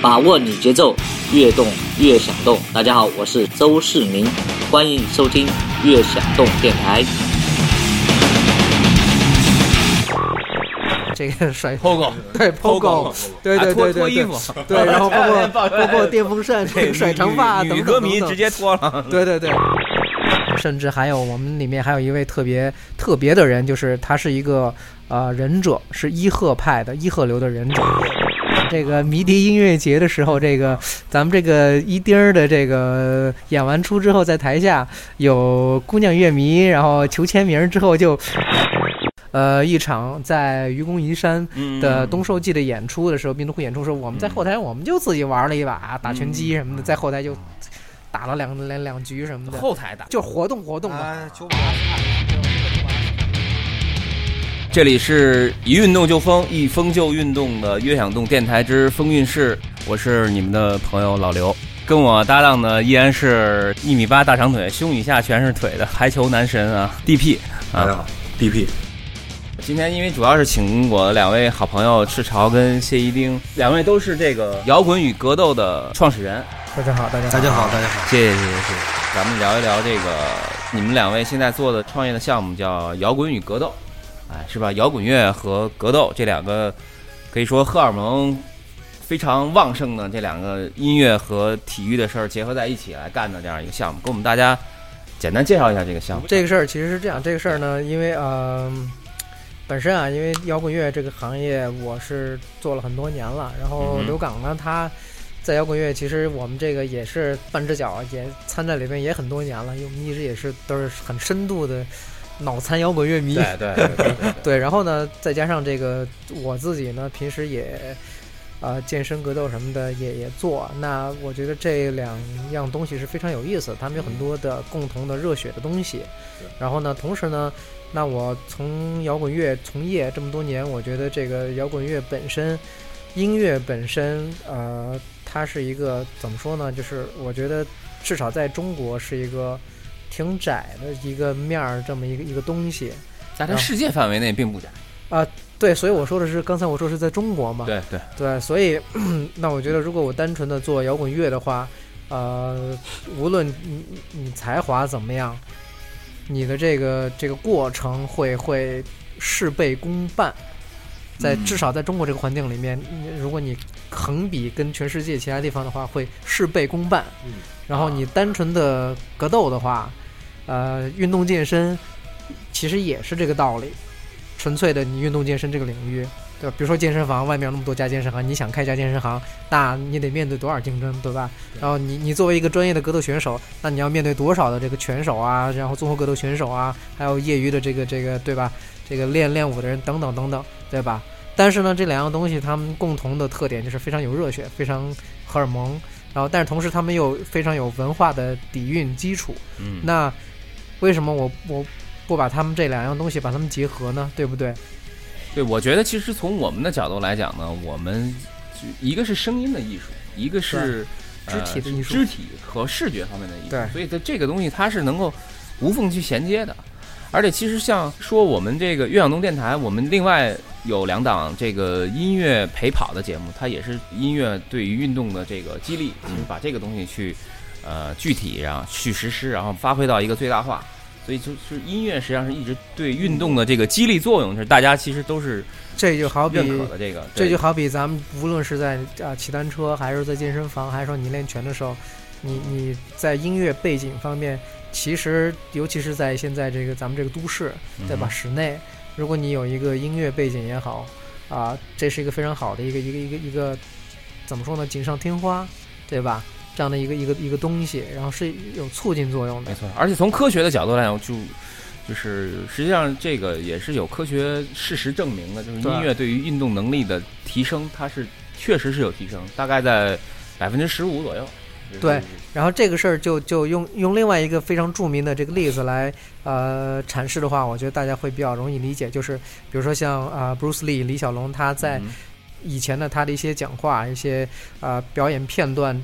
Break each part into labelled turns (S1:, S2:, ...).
S1: 把握你节奏，越动越想动。大家好，我是周世明，欢迎收听《越想动电台》。
S2: 这个甩
S3: POGO，
S2: 对 POGO，对对
S3: 啊脱
S2: 对
S3: 脱衣
S2: 对
S3: 服
S2: 对，，对， 然后包括包括电风扇、这个 甩长发
S3: 女
S2: 等等
S3: 女女歌迷
S2: 等等
S3: 直接脱了。
S2: 对对对，甚至还有我们里面还有一位特别特别的人，就是他是一个呃忍者，是伊贺派的伊贺流的忍者。这个迷笛音乐节的时候，这个咱们这个一丁儿的这个演完出之后，在台下有姑娘乐迷，然后求签名之后就，呃，一场在愚公移山
S3: 嗯
S2: 的东寿记的演出的时候，冰毒库演出的时候，我们在后台我们就自己玩了一把打拳击什么的，在后台就打了两两两局什么的，
S3: 嗯后台打。
S2: 就活动活动吧。
S4: 啊，九百八十
S3: 这里是一运动就疯，一疯就运动的约想动电台之风韵事，我是你们的朋友老刘，跟我搭档的依然是一米八大长腿，胸以下全是腿的排球男神啊，DP
S4: 大家
S3: 啊。
S4: 好，DP，
S3: 今天因为主要是请我的两位好朋友赤潮跟谢一丁，两位都是这个摇滚与格斗的创始人，
S2: 哎大家好，大家
S4: 大
S5: 啊
S4: 家好，大家好。
S3: 谢谢谢谢谢谢。咱们聊一聊这个你们两位现在做的创业的项目叫摇滚与格斗，哎，是吧？摇滚乐和格斗这两个可以说荷尔蒙非常旺盛的这两个音乐和体育的事儿结合在一起来干的这样一个项目，给我们大家简单介绍一下这个项目。
S2: 这个事儿其实是这样，这个事儿呢，因为呃，本身啊，因为摇滚乐这个行业我是做了很多年了，然后
S3: 嗯哼
S2: 刘港呢，他在摇滚乐其实我们这个也是半只脚也参在里边也很多年了，因为我们一直也是都是很深度的脑残摇滚乐迷。
S3: 对对 对对对
S2: 对，然后呢，再加上这个我自己呢，平时也，呃，健身、格斗什么的也也做。那我觉得这两样东西是非常有意思，他们有很多的共同的热血的东西。然后呢，同时呢，那我从摇滚乐从业这么多年，我觉得这个摇滚乐本身，音乐本身，呃，它是一个怎么说呢？就是我觉得至少在中国是一个挺窄的一个面儿，这么一个一个东西。
S3: 在这世界范围内并不假。
S2: 对，所以我说的是，刚才我说是在中国嘛，
S3: 对对，
S2: 对所以 那我觉得，如果我单纯的做摇滚乐的话，呃，无论你你才华怎么样，你的这个这个过程会会事倍功半，在
S3: 嗯
S2: 至少在中国这个环境里面，你如果你横比跟全世界其他地方的话，会事倍功半。
S4: 嗯
S2: 然后你单纯的格斗的话，呃，运动健身其实也是这个道理。纯粹的你运动健身这个领域，对吧？比如说健身房，外面有那么多家健身行，你想开一家健身行，那你得面对多少竞争，对吧？然后你你作为一个专业的格斗选手，那你要面对多少的这个拳手啊，然后综合格斗选手啊，还有业余的这个这个，对吧？这个练练武的人等等等等，对吧？但是呢，这两样东西他们共同的特点就是非常有热血，非常荷尔蒙，然后但是同时他们又非常有文化的底蕴基础，
S3: 嗯，
S2: 那为什么我我不把他们这两样东西把它们结合呢？对不对？
S3: 对，我觉得其实从我们的角度来讲呢，我们就一个是声音的艺术，一个是
S2: 对啊肢体的
S3: 呃
S2: 艺术
S3: 肢体和视觉方面的艺术。
S2: 对
S3: 所以它这个东西它是能够无缝去衔接的。而且其实像说我们这个岳阳东电台，我们另外有两档这个音乐陪跑的节目，它也是音乐对于运动的这个激励，就是把这个东西去呃具体然后去实施，然后发挥到一个最大化。所以就是音乐实际上是一直对运动的这个激励作用，就是大家其实都是
S2: 这就好比
S3: 认可的这个，
S2: 这
S3: 对
S2: 就嗯好比咱们无论是在啊骑单车，还是在健身房，还是说你练拳的时候，你你在音乐背景方面，其实尤其是在现在这个咱们这个都市，对
S3: 嗯
S2: 吧？？室内，如果你有一个音乐背景也好，啊，这是一个非常好的一个一个一个一个怎么说呢？锦上添花，对吧？这样的一个一个一个东西，然后是有促进作用的
S3: 没。错，而且从科学的角度来讲，就就是实际上这个也是有科学事实证明的，就是
S2: 对
S3: 音乐对于运动能力的提升，它是确实是有提升，大概在百分之十五左右。
S2: 对，然后这个事儿就就用用另外一个非常著名的这个例子来呃阐释的话，我觉得大家会比较容易理解。就是比如说像啊、呃 Bruce Lee 李小龙他在
S3: 嗯
S2: 以前的他的一些讲话、一些啊、呃表演片段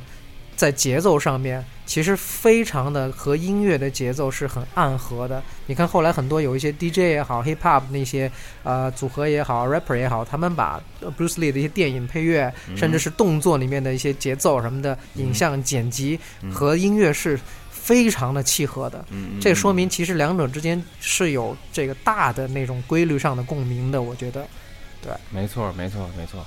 S2: 在节奏上面其实非常的和音乐的节奏是很暗合的。你看后来很多有一些 DJ 也好，hip hop 那些呃组合也好，rapper 也好，他们把呃 Bruce Lee 的一些电影配乐，
S3: 嗯
S2: 甚至是动作里面的一些节奏什么的影像剪辑
S3: 嗯
S2: 和音乐是非常的契合的。
S3: 嗯
S2: 这说明其实两者之间是有这个大的那种规律上的共鸣的，我觉得。
S3: 没错，没错，没错。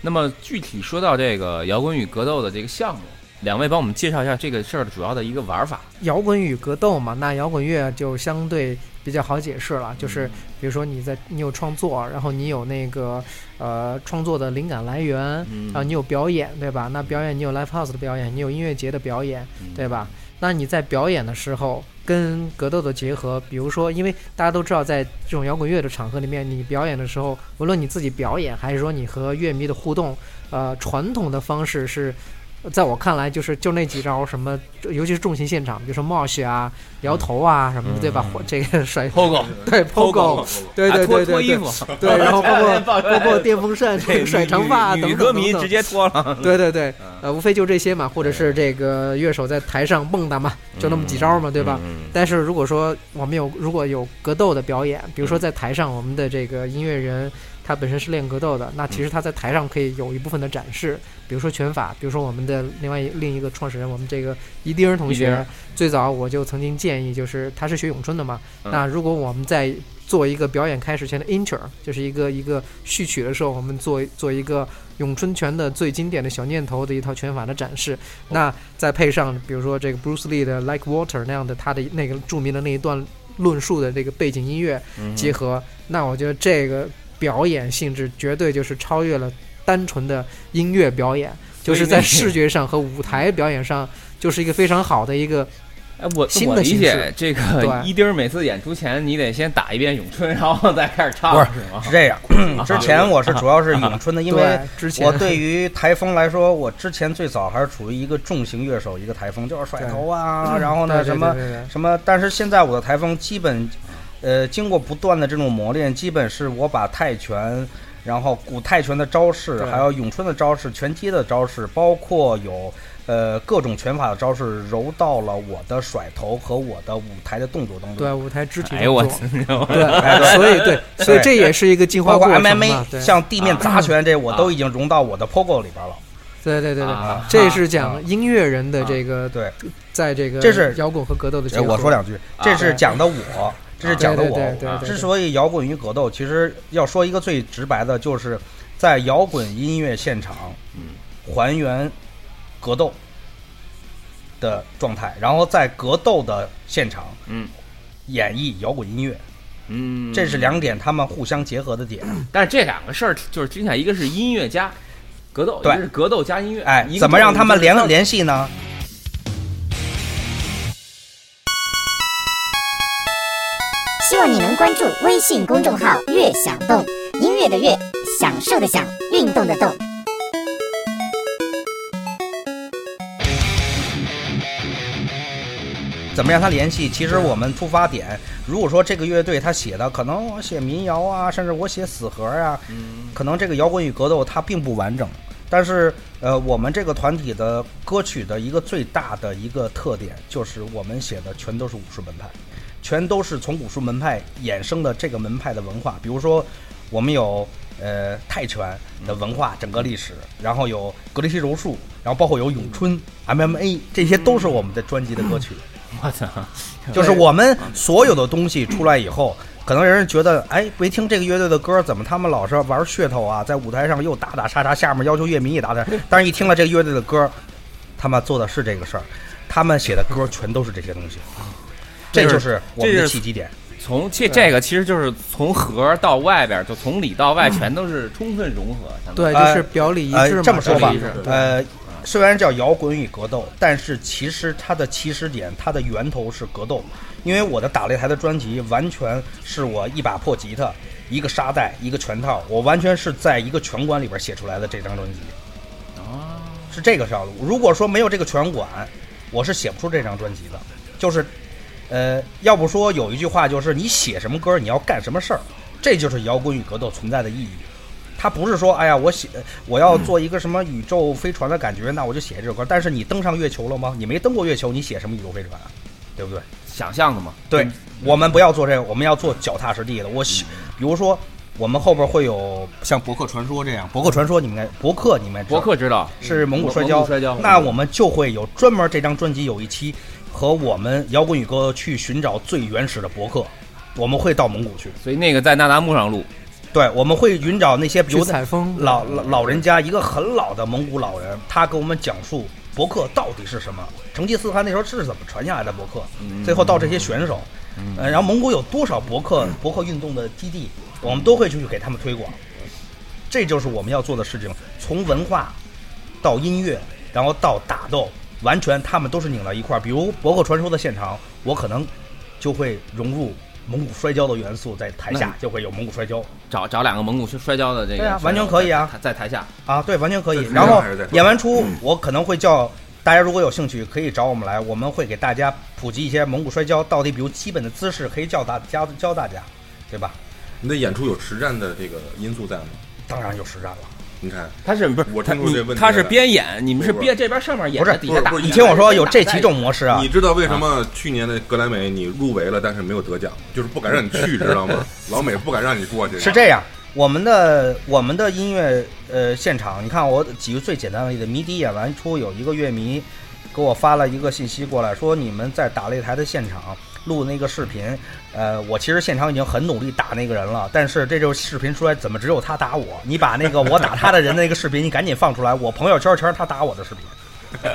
S3: 那么具体说到这个摇滚与格斗的这个项目，两位帮我们介绍一下这个事儿的主要的一个玩法。
S2: 摇滚与格斗嘛，那摇滚乐就相对比较好解释了，就是比如说你在你有创作，然后你有那个呃创作的灵感来源，啊
S3: 嗯
S2: 然后你有表演，对吧？那表演你有 live house 的表演，你有音乐节的表演，对吧？那你在表演的时候跟格斗的结合，比如说，因为大家都知道，在这种摇滚乐的场合里面，你表演的时候，无论你自己表演还是说你和乐迷的互动，呃，传统的方式是。呃在我看来，就是就那几招，什么，尤其是重型现场，比如说 mosh 啊、摇头啊什么的，对吧？或这个甩，
S3: Pogo，
S2: 对 pogo，对对
S3: 啊脱
S2: 对
S3: 脱
S2: 对
S3: 哎衣
S2: 对，
S3: 服，哎
S2: 对，然后包括
S3: 抱
S2: 包括电风扇、这个 甩长发
S3: 女
S2: 等
S3: 哎女
S2: 等
S3: 歌
S2: 等
S3: 迷
S2: 等
S3: 直接脱了。
S2: 对对对
S3: 嗯，
S2: 呃，无非就这些嘛，或者是这个乐手在台上蹦跶嘛，就那么几招嘛，对吧？
S3: 嗯？
S2: 但是如果说我们有如果有格斗的表演，比如
S3: 嗯
S2: 说在台上，我们的这个音乐人他本身是练格斗的，那其
S3: 嗯
S2: 实他在台上可以有一部分的展示，比如说拳法，比如说我们的另外一另一个创始人，我们这个一丁儿同
S3: 一丁儿
S2: 学，最早我就曾经建议，就是他是学咏春的嘛，
S3: 嗯
S2: 那如果我们在做一个表演开始前的 intro，就是一个一个序曲的时候，我们做做一个咏春拳的最经典的小念头的一套拳法的展
S3: 哦
S2: 示，那再配上比如说这个 Bruce Lee 的 Like Water 那样的他的那个著名的那一段论述的这个背景音乐
S3: 嗯
S2: 结合，那我觉得这个表演性质绝对就是超越了单纯的音乐表演，就是在视觉上和舞台表演上，就是一个非常好的一个
S3: 哎，我
S2: 新
S3: 我
S2: 的
S3: 理
S2: 形
S3: 解
S2: 式
S3: 这个
S2: 对
S3: 一丁儿每次演出前，你得先打一遍咏春，然后再开始唱，
S5: 不
S3: 是吗
S5: 是？这样，嗯啊之前我是 主要是咏春的， 因为
S2: 啊对之前
S5: 我对于台风来说，我之前最早还是处于一个重型乐手，一个台风就是甩头啊，然后呢
S2: 嗯对对
S5: 什么
S2: 对对对
S5: 什么，但是现在我的台风基本，呃，经过不断的这种磨练，基本是我把泰拳。然后古泰拳的招式，
S2: 对
S5: 还有咏春的招式、拳击的招式，包括有呃各种拳法的招式，揉到了我的甩头和我的舞台的动作当中。
S2: 对舞台肢体动作，
S3: 哎呦我，
S2: 对，
S5: 哎对
S2: 所以 对，所以这也是一个进化
S5: 包
S2: 过
S5: 括
S2: 程嘛，
S5: MMA，
S2: 啊对
S5: 像地面砸拳这，我都已经融到我的 POGO 里边了。
S2: 对对对对
S3: 啊，
S2: 这是讲
S5: 啊
S2: 音乐人的这个
S5: 对，
S2: 在这个
S5: 这是
S2: 摇滚和格斗的结
S5: 哎，
S2: 合。
S5: 我说两句，这是讲的我，这是讲的
S2: 啊对对
S5: 我
S2: 对。对对，
S5: 之所以摇滚与格斗，其实要说一个最直白的，就是在摇滚音乐现场
S3: 嗯，
S5: 还原格斗的状态，然后在格斗的现场，
S3: 嗯，
S5: 演绎摇滚音乐，
S3: 嗯，
S5: 这是两点他们互相结合的点。
S3: 但是这两个事儿就是听起来，一个是音乐家格斗，
S5: 对
S3: 一个是格斗加音乐，
S5: 哎
S3: 一，个
S5: 怎么让
S3: 就是
S5: 他们
S3: 就是
S5: 联联系呢？
S6: 希望你能关注微信公众号“乐享动”，音乐的乐，享受的享，运动的动。
S5: 怎么让它联系？其实我们出发点，如果说这个乐队他写的，可能我写民谣啊，甚至我写死核啊，可能这个摇滚与格斗它并不完整。但是，呃，我们这个团体的歌曲的一个最大的一个特点，就是我们写的全都是武术门派，全都是从武术门派衍生的这个门派的文化。比如说，我们有呃泰拳的文化整个历史，然后有格雷西柔术，然后包括有咏春、MMA，这些都是我们的专辑的歌曲。
S3: 我操，
S5: 就是我们所有的东西出来以后，可能人家觉得，哎，没听这个乐队的歌，怎么他们老是玩噱头啊，在舞台上又打打杀杀，下面要求乐迷也打打，但是一听了这个乐队的歌，他们做的是这个事儿，他们写的歌全都是这些东西，啊这就是我们的契机点。
S3: 从这这个其实就是从核到外边，就从里到外全都是充分融合。相当于
S2: 对，就是表里一
S5: 呃
S2: 致嘛。
S5: 这么说吧
S2: 表里一致对
S5: 呃，虽然叫摇滚与格斗，但是其实它的起始点，它的源头是格斗。因为我的打擂台的专辑，完全是我一把破吉他、一个沙袋、一个拳套，我完全是在一个拳馆里边写出来的这张专辑，
S3: 啊，
S5: 是这个套路。如果说没有这个拳馆，我是写不出这张专辑的。就是，呃，要不说有一句话就是你写什么歌，你要干什么事儿，这就是摇滚与格斗存在的意义。它不是说哎呀我写我要做一个什么宇宙飞船的感觉，那我就写这首歌。但是你登上月球了吗？你没登过月球，你写什么宇宙飞船啊？对不对？
S3: 想象的嘛。嗯
S5: 对，我们不要做这个，我们要做脚踏实地的。我希比如说，我们后边会有像博客传说这样，博客传说你们应该博客你们应该知
S3: 博
S5: 道
S3: 客知道，
S5: 是蒙古摔
S3: 蒙
S5: 跤，
S3: 古摔跤
S5: 那我们就会有专门这张专辑有一期和我们摇滚宇哥去寻找最原始的博客，我们会到蒙古去，
S3: 所以那个在那达慕上录，
S5: 对，我们会寻找那些比
S2: 去
S5: 如
S2: 采风，
S5: 老老老人家，一个很老的蒙古老人，他给我们讲述博客到底是什么，成吉思汗那时候是怎么传下来的博客，最后到这些选手，呃，然后蒙古有多少博客博客运动的基地，我们都会去给他们推广，这就是我们要做的事情，从文化到音乐，然后到打斗，完全他们都是拧到一块儿。比如博客传说的现场，我可能就会融入蒙古摔跤的元素，在台下就会有蒙古摔跤。
S3: 找找两个蒙古摔摔跤的这
S5: 对啊
S3: 个，
S5: 完全可以啊
S3: 在，在台下
S5: 啊，对，完全可以
S7: 在。台
S5: 然
S7: 上
S5: 后
S7: 还是在台嗯
S5: 演完出，我可能会叫大家，如果有兴趣，可以找我们来，我们会给大家普及一些蒙古摔跤到底，比如基本的姿势，可以教大家教大家，对吧？
S7: 你的演出有实战的这个因素在吗？
S5: 当然有实战了。
S7: 你看，
S3: 他是不是
S7: 我听说
S3: 他
S7: 这问题
S3: 他是
S7: 了
S3: 边演，你们是
S7: 不是
S3: 边这边上面演，
S5: 不是
S3: 底下打
S7: 不是不是
S5: 你听我说，有这几种模式啊
S7: 你，知道为什么去年的格莱美你入围了，但是没有得奖，就是不敢让你去，知 道吗？老美不敢让你过去。
S5: 是这样。我们的我们的音乐呃现场，你看我举个最简单的例子，迷笛演完出有一个乐迷给我发了一个信息过来，说你们在打擂台的现场录那个视频，呃，我其实现场已经很努力打那个人了，但是这就是视频出来怎么只有他打我？你把那个我打他的人的那个视频你赶紧放出来，我朋友圈全是他打我的视频。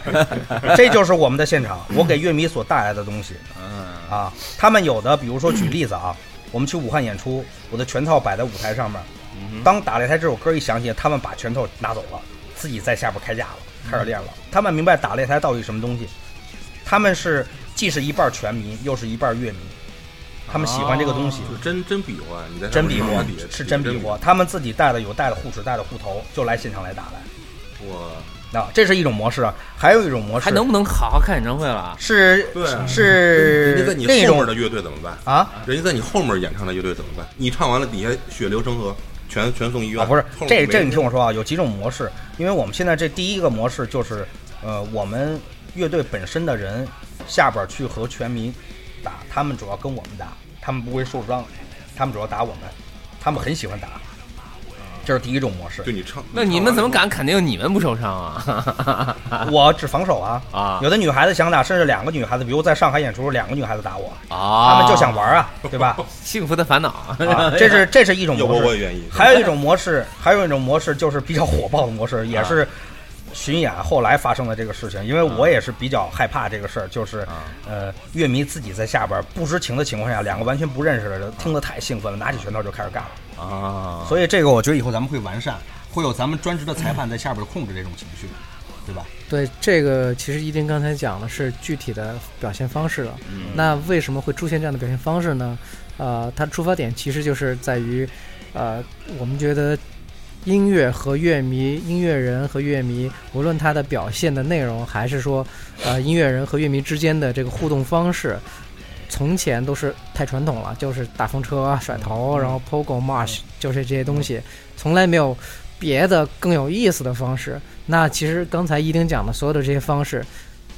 S5: 这就是我们的现场，我给乐迷所带来的东西。
S3: 嗯，
S5: 啊，他们有的，比如说举例子啊，
S7: 嗯
S5: 我们去武汉演出，我的拳套摆在舞台上面，
S7: 嗯
S5: 当打擂台这首歌一响起，他们把拳头拿走了，自己在下边开架了，
S7: 嗯
S5: 开始练了。他们明白打擂台到底什么东西，他们是既是一半拳迷，又是一半乐迷，他们喜欢这个东西。
S7: 就真真比划，你在
S5: 真比
S7: 划
S5: 划是真比划，，他们自己带的有带的护齿，带的护头，就来现场来打来。
S7: 哇，
S5: 啊，这是一种模式，啊，还有一种模式
S3: 还能不能好好看演唱会了？
S5: 是
S7: 对啊
S5: 是
S7: 人家在你
S5: 另一
S7: 后面
S5: 种
S7: 的乐队怎么办？
S5: 啊，
S7: 人家在你后面演唱的乐队怎么办？你唱完了，底下血流成河，全全送医院。
S5: 啊，不是
S7: 后面
S5: 这
S7: 没
S5: 这，
S7: 人
S5: 你听我说啊，有几种模式，因为我们现在这第一个模式就是，呃，我们乐队本身的人下边去和全民打，他们主要跟我们打，他们不会受伤，他们主要打我们，他们很喜欢打，这是第一种模式。
S7: 啊对你唱，
S3: 那你
S7: 唱
S3: 们
S7: 完
S3: 怎么
S7: 了
S3: 敢肯定你们不受伤啊？
S5: 我只防守啊，
S3: 啊
S5: 有的女孩子想打，甚至两个女孩子，比如在上海演出，两个女孩子打我，
S3: 啊，
S5: 她们就想玩啊，对 吧？
S3: 幸福的烦恼
S5: 啊，这是这是一种
S7: 要
S5: 模式。
S7: 不哎我也愿意。
S5: 还有一种模式，还有一种模式就是比较火爆的模式，也是巡演后来发生的这个事情。因为我也是比较害怕这个事儿，就是呃，乐迷自己在下边不知情的情况下，两个完全不认识的人听得太兴奋了，拿起拳头就开始干了。
S3: 啊，
S5: 所以这个我觉得以后咱们会完善，会有咱们专职的裁判在下边控制这种情绪，对吧？
S2: 对这个，其实一丁刚才讲的是具体的表现方式了。那为什么会出现这样的表现方式呢？呃，它出发点其实就是在于，呃，我们觉得音乐和乐迷、音乐人和乐迷，无论他的表现的内容，还是说，呃，音乐人和乐迷之间的这个互动方式，从前都是太传统了，就是大风车啊、甩头，然后 pogo、march，就是这些东西，从来没有别的更有意思的方式。那其实刚才一丁讲的所有的这些方式，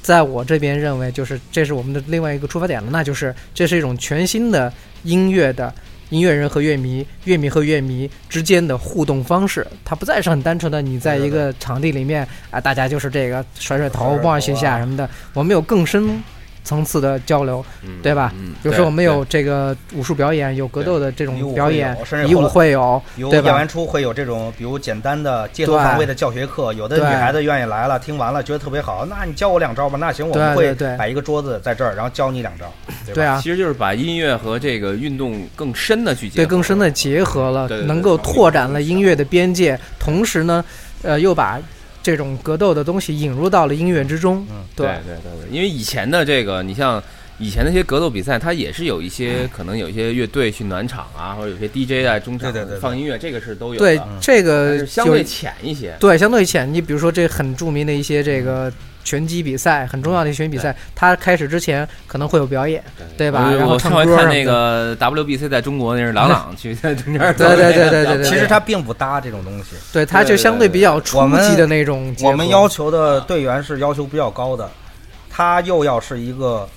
S2: 在我这边认为就是这是我们的另外一个出发点了，那就是这是一种全新的音乐的音乐人和乐迷、乐迷和乐迷之间的互动方式，它不再是很单纯的你在一个场地里面啊，大家就是这个甩甩头、望一下什么的，我们有更深层次的交流，对吧？
S3: 嗯
S2: 比如说我们有这个武术表演，有格斗的这
S5: 以武
S2: 种表演
S5: 会友甚，至
S2: 以
S5: 后
S2: 武
S5: 来
S2: 会友，
S5: 有
S2: 对
S5: 演
S2: 吧
S5: 完？出会有这种，比如简单的街头防卫的教学课，有的女
S2: 对
S5: 孩子愿意来了，听完了觉得特别好，那你教我两招吧，那行，我们
S2: 对
S5: 会
S2: 对对
S5: 摆一个桌子在这儿，然后教你两招，对吧？
S2: 对啊，
S3: 其实就是把音乐和这个运动更深的去结合，
S2: 对更深的结合了，
S3: 对对对
S2: 能够拓展了音乐的边界，同时呢，呃，又把这种格斗的东西引入到了音乐之中。
S5: 嗯
S3: 对
S2: 对，
S3: 对对对，因为以前的这个，你像以前那些格斗比赛，它也是有一些可能有一些乐队去暖场啊，或者有些 DJ 啊中场
S5: 对对对对
S3: 放音乐，这个是都有的
S2: 对
S3: 啊，
S2: 这
S3: 但
S2: 个
S3: 是相
S2: 有
S3: 对浅一些。
S2: 对相对浅。你比如说这很著名的一些这个拳击比赛，很重要的一个拳击比赛，它开始之前可能会有表演，对吧？
S3: 我
S2: 然后
S3: 呃我
S2: 唱
S3: 上回
S2: 歌
S3: 看
S2: 什么
S3: 那
S2: 的，
S3: 个 WBC 在中国那是郎朗去在中间儿
S2: 对对对对对对，
S5: 其实它并不搭这种东西。
S2: 对它就相对比较初
S5: 我们
S2: 级的那种结合，
S5: 我们要求的队员是要求比较高的，他又要是一个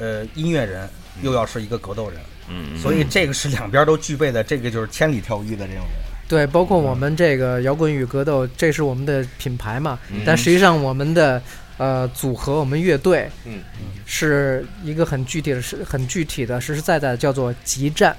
S5: 呃音乐人，
S2: 嗯
S5: 又要是一个格斗人，
S3: 嗯，
S5: 所以这个是两边都具备的，这个就是千里挑一的这种人。
S2: 对，包括我们这个摇滚与格斗，这是我们的品牌嘛。但实际上，我们的呃组合，我们乐队，
S7: 嗯，
S2: 是一个很具体的、是很具体的、实实在在的，叫做集战。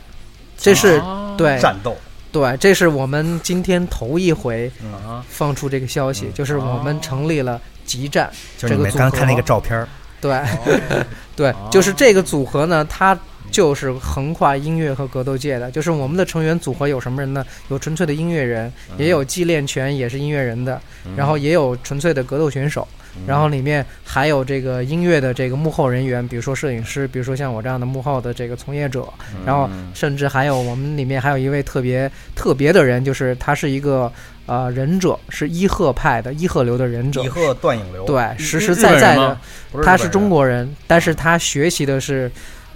S2: 这是、
S3: 哦
S2: 对
S5: 战斗，
S2: 对，这是我们今天头一回
S3: 啊，
S2: 放出这个消息，就是我们成立了集战。
S5: 就是
S2: 这
S5: 你
S2: 个
S5: 们
S2: 组
S5: 刚
S2: 合
S5: 看那个照片儿，
S2: 对，
S3: 哦
S2: 对，就是这个组合呢，它就是横跨音乐和格斗界的。就是我们的成员组合有什么人呢？有纯粹的音乐人，
S3: 嗯
S2: 也有技练拳也是音乐人的，然后也有纯粹的格斗选手，
S3: 嗯
S2: 然后里面还有这个音乐的这个幕后人员，比如说摄影师，比如说像我这样的幕后的这个从业者，
S3: 嗯
S2: 然后甚至还有我们里面还有一位特别特别的人，就是他是一个呃忍者，是伊贺派的伊贺流的忍者
S5: 以。鹤段影流，
S2: 对，实
S3: 日
S2: 实
S3: 日
S2: 在
S3: 本人
S2: 在
S3: 吗
S2: 的，
S5: 不是
S2: 他是中国人，但是他学习的是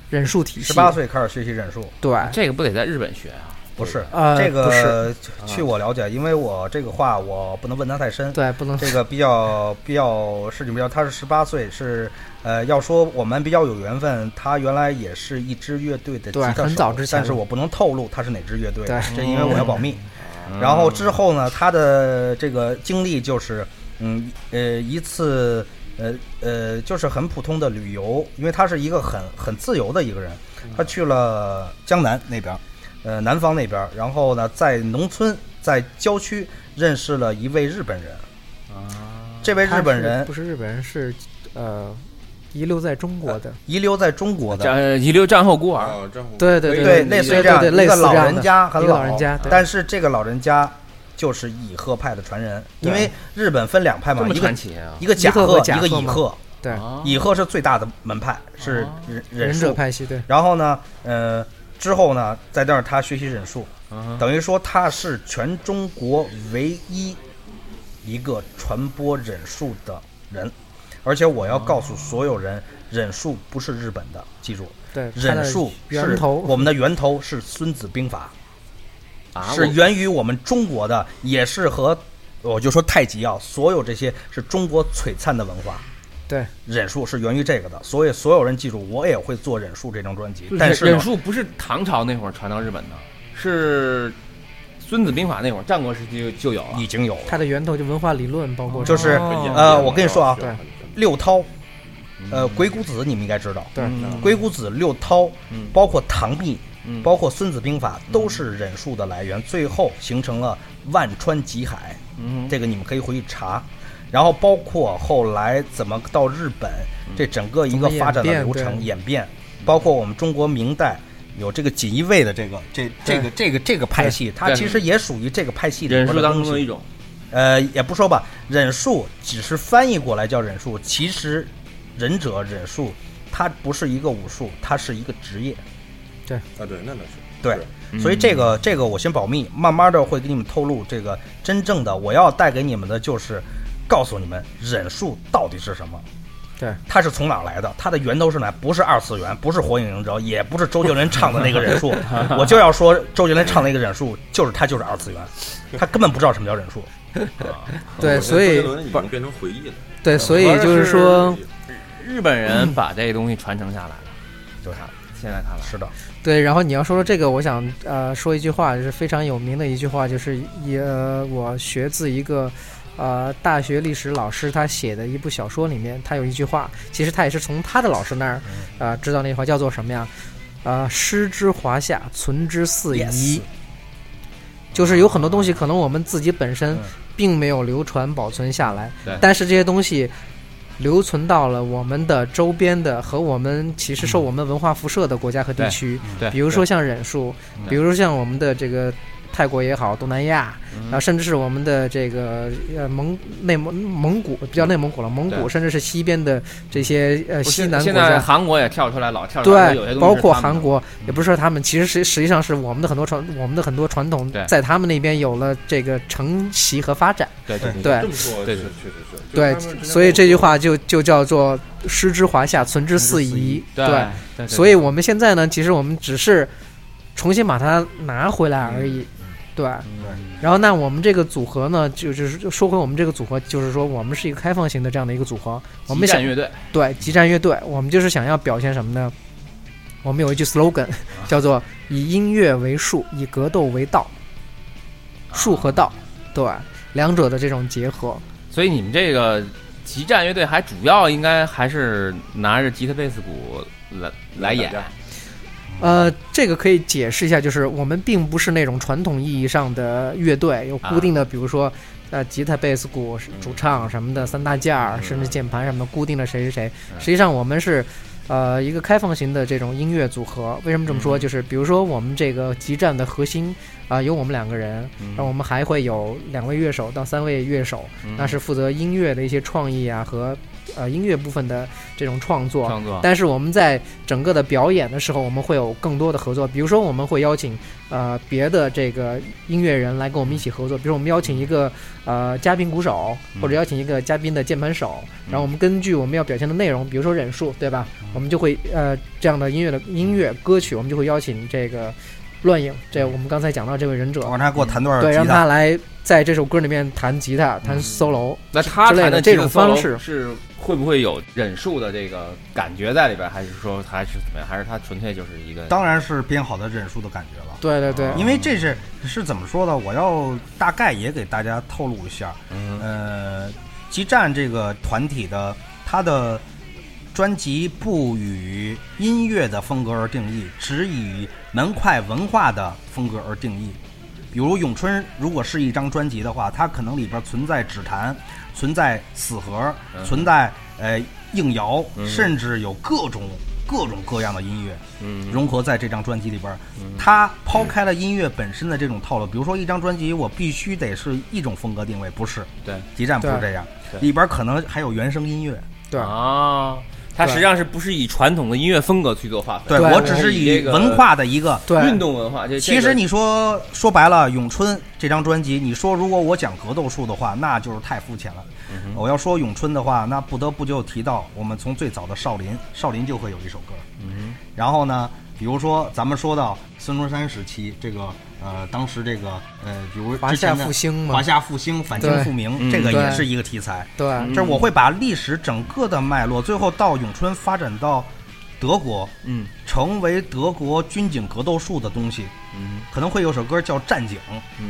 S2: 忍术体系。
S5: 十八岁开始学习忍术，
S2: 对，
S3: 这个不得在日本学啊？
S5: 不是
S2: 呃，
S5: 这
S2: 不
S5: 个
S2: 是，
S5: 据我了解，因为我这个话我不能问他太深，
S2: 对，不能
S5: 这个比较比较事情比较，他是十八岁，是呃，要说我们比较有缘分，他原来也是一支乐队的吉
S2: 对
S5: 他手，
S2: 很早之前
S5: 但是我不能透露他是哪支乐队，
S2: 对
S5: 这因为我要保密。然后之后呢，他的这个经历就是，嗯呃一次呃呃就是很普通的旅游，因为他是一个很很自由的一个人，
S2: 嗯
S5: 他去了江南那边儿，呃南方那边儿，然后呢在农村在郊区认识了一位日本人。
S2: 啊
S5: 这位
S2: 他
S5: 日本
S2: 是
S5: 人
S2: 不是日本人，是呃遗留在中国的。
S5: 遗留在中国的，
S3: 战呃遗留战后孤
S5: 哦
S3: 儿，
S7: 啊，张虎
S2: 对对
S5: 对
S2: 啊对，
S5: 类似于
S2: 对
S5: 这样
S2: 对
S5: 一
S2: 类
S5: 个
S2: 似
S5: 老
S2: 这样
S5: 人
S2: 的
S5: 家很
S2: 一个老人家，对
S5: 但是这个老人家就是乙贺派的传人，因为日本分两派
S3: 这
S5: 嘛，
S3: 么
S5: 一个
S3: 传奇啊？
S5: 一个甲
S2: 一个和
S5: 贺，
S2: 甲
S5: 一个
S2: 贺
S5: 乙
S2: 嘛
S5: 贺，
S2: 对
S3: 啊
S5: 乙贺是最大的门派，是忍
S2: 忍者
S5: 术。
S2: 派系对。
S5: 然后呢，呃，之后呢，在那儿他学习忍术，
S3: 嗯
S5: 等于说他是全中国唯一一个传播忍术的人，而且我要告诉所有人，忍术不是日本的，记住，
S2: 对，它
S5: 忍
S2: 的
S5: 术是
S2: 源头
S5: 我们的源头是《孙子兵法》
S3: 啊
S5: 是源于我们中国的，也是和我就说太极啊，所有这些是中国璀璨的文化。
S2: 对
S5: 忍术是源于这个的，所以所有人记住，我也会做忍术这张专辑
S3: 我。
S5: 但是呢
S3: 忍术不是唐朝那会儿传到日本的，是《孙子兵法》那会儿战国时期就就有了。
S5: 已经有了，
S2: 它的源头就文化理论，包括
S5: 就是
S3: 哦
S5: 呃，我跟你说啊，
S2: 对
S5: 六韬，呃，鬼谷子你们应该知道，
S2: 对
S5: 鬼谷子、六韬，包括唐密，
S3: 嗯
S5: 包括《孙子兵法》，都是忍术的来源，最后形成了万川集海。
S3: 嗯
S5: 这个你们可以回去查。然后包括后来怎么到日本，这整个一个发展的流
S2: 怎么演变
S5: 程
S2: 对
S5: 演变，包括我们中国明代有这个锦衣卫的这个这这个这个这个派系，它
S3: 对
S5: 其实也属于这个派系里
S3: 忍
S5: 边
S3: 术
S5: 的
S3: 当
S5: 东
S3: 中的一
S5: 西。
S3: 种，
S5: 呃，也不说吧，忍术只是翻译过来叫忍术，其实忍者忍术它不是一个武术，它是一个职业。
S7: 啊，对，那倒是
S5: 对
S7: 是，
S5: 所以这个这个我先保密，慢慢的会给你们透露这个真正的我要带给你们的就是，告诉你们忍术到底是什么，
S2: 对
S5: 它是从哪儿来的，它的源头是哪，不是二次元，不是火影忍者，也不是周杰伦唱的那个忍术，我就要说周杰伦唱的那个忍术就是他就是二次元，他根本不知道什么叫忍术，啊
S2: 对，所以
S7: 我觉得周杰伦已经变成回忆了。
S2: 对，所以就是
S5: 嗯
S2: 说，
S3: 日本人把这个东西传承下来了。
S5: 对
S3: 看现在看来，
S5: 是的，
S2: 对，然后你要说说这个，我想呃说一句话，就是非常有名的一句话，就是也、呃我学自一个呃大学历史老师他写的一部小说里面，他有一句话，其实他也是从他的老师那儿呃知道那句话叫做什么呀？呃，失之华夏，存之四夷。
S5: Yes
S2: 就是有很多东西可能我们自己本身
S5: 嗯
S2: 并没有流传保存下来
S3: 对，
S2: 但是这些东西留存到了我们的周边的和我们其实受我们文化辐射的国家和地区，
S3: 对，
S2: 比如说像忍术，
S3: 对
S2: 比如说像我们的这个泰国也好，东南亚，
S3: 嗯
S2: 然后甚至是我们的这个呃蒙内蒙蒙古，比较内蒙古了，蒙古
S3: 对
S2: 甚至是西边的这些呃
S3: 不是
S2: 西南国
S3: 现在
S2: 家。
S3: 韩国也跳出来，老跳出来，有些
S2: 对，
S3: 东西
S2: 包
S3: 是
S2: 括
S3: 他们
S2: 韩
S3: 的，嗯
S2: 国，也不是说他们，其实实实际上是我们的很多传，我们的很多传统
S3: 对，
S2: 在他们那边有了这个承袭和发展。
S3: 对对对，
S2: 哎对
S7: 这么说
S3: 对对
S7: 是确实是。就是
S2: 对
S7: 他们之，前
S2: 所以
S7: 跟
S2: 这
S7: 我
S2: 句话就就叫做“失之华夏，存之四夷”。
S3: 对对对，
S2: 所以我们现在呢，其实我们只是重新把它拿回来而
S3: 嗯
S2: 已。对，然后那我们这个组合呢，就就是就说回我们这个组合，就是说我们是一个开放型的这样的一个组合。我们
S3: 极
S2: 想
S3: 战乐队，
S2: 对激战乐队，我们就是想要表现什么呢？我们有一句 slogan，叫
S3: 啊
S2: 做“以音乐为术，以格斗为道”，术和道，对，两者的这种结合。
S3: 所以你们这个极战乐队还主要应该还是拿着吉他、贝斯、鼓来来演
S7: 打，架
S2: 呃，这个可以解释一下，就是我们并不是那种传统意义上的乐队，有固定的，比如说，呃，吉他、贝斯、鼓、主唱什么的三大件儿，甚至键盘什么的，固定的谁谁谁。实际上我们是，呃，一个开放型的这种音乐组合。为什么这么说？就是比如说我们这个集站的核心啊、有我们两个人，
S3: 嗯
S2: 然后我们还会有两位乐手到三位乐手，那是负责音乐的一些创意啊和呃音乐部分的这种创作。
S3: 创
S5: 啊
S3: 作。
S2: 但是我们在整个的表演的时候，我们会有更多的合作，比如说我们会邀请呃别的这个音乐人来跟我们一起合作，比如我们邀请一个呃嘉宾鼓手，
S5: 嗯
S2: 或者邀请一个嘉宾的键盘手，然后我们根据我们要表现的内容，比如说忍术，对吧？
S5: 嗯
S2: 我们就会呃这样的音乐的音乐歌曲，我们就会邀请这个乱影，
S5: 嗯
S2: 这我们刚才讲到这位忍者
S5: 我，让他给我弹段
S2: 嗯对，让
S5: 哦吉他
S2: 他，来在这首歌里面弹吉他、弹 solo，
S3: 那他
S2: 之类
S3: 弹
S2: 的
S3: 吉
S2: 这
S3: 他
S2: 种
S3: solo
S2: 方式
S3: 是会不会有忍术的这个感觉在里边，还是说还是怎么样？还是他纯粹就是一个
S5: 当然是编好的忍术的感觉了。
S2: 对对对，
S5: 因为这是是怎么说呢？我要大概也给大家透露一下，
S3: 嗯
S5: 呃，激战这个团体的它的专辑不与音乐的风格而定义，只以门派文化的风格而定义。比如咏春，如果是一张专辑的话，它可能里边存在指弹，存在死核，
S3: 嗯
S5: 存在呃应摇，
S3: 嗯
S5: 甚至有各种各种各样的音乐。
S3: 嗯
S5: 融合在这张专辑里边儿。他抛开了音乐本身的这种套路，比如说一张专辑我必须得是一种风格定位，不是
S3: 对
S5: 激战不是
S2: 对
S5: 这样，
S3: 对
S5: 里边儿可能还有原声音乐。
S2: 对
S5: 嗯
S3: 啊，他实际上是不是以传统的音乐风格去做划分？
S5: 对
S2: 对
S5: 我
S2: 我
S5: 只是
S3: 以这
S5: 以
S3: 个
S5: 文化的一个。
S2: 对
S3: 运动文化，这
S5: 其
S3: 这
S5: 实
S3: 个
S5: 你说说白了，《咏春》这张专辑，你说如果我讲格斗术的话，那就是太肤浅了。
S2: 嗯
S5: 我要说《咏春》的话，那不得不就提到我们从最早的少林，少林就会有一首歌。
S3: 嗯
S5: 然后呢，比如说咱们说到孙中山时期，这个呃，当时这个呃，比如
S2: 华
S5: 之前
S2: 夏
S5: 的
S2: 复兴嘛
S5: 华夏复兴、反清
S2: 对
S5: 复明，
S3: 嗯
S5: 这个也
S2: 对
S5: 是一个题材。
S2: 对。
S5: 这我会把历史整个的脉络，最后到咏春发展到德国，
S3: 嗯
S5: 成为德国军警格斗术的东西，
S3: 嗯
S5: 可能会有首歌叫《战警》，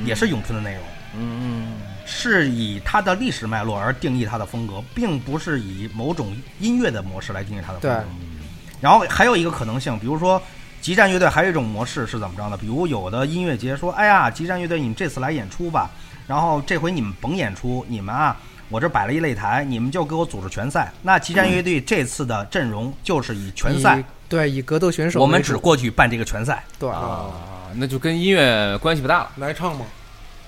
S5: 也是咏春的内容。
S3: 嗯
S5: 是以它的历史脉络而定义它的风格，并不是以某种音乐的模式来定义它的风格
S2: 对。
S5: 然后还有一个可能性，比如说极战乐队还有一种模式是怎么着呢？比如有的音乐节说：“哎呀，极战乐队，你们这次来演出吧，然后这回你们甭演出，你们啊，我这摆了一擂台，你们就给我组织拳赛。”那极战乐队这次的阵容就是以拳赛
S2: 以，对以格斗选手为主，
S5: 我们只过去办这个拳赛。
S2: 对，
S3: 啊，那就跟音乐关系不大了。
S7: 来唱嘛，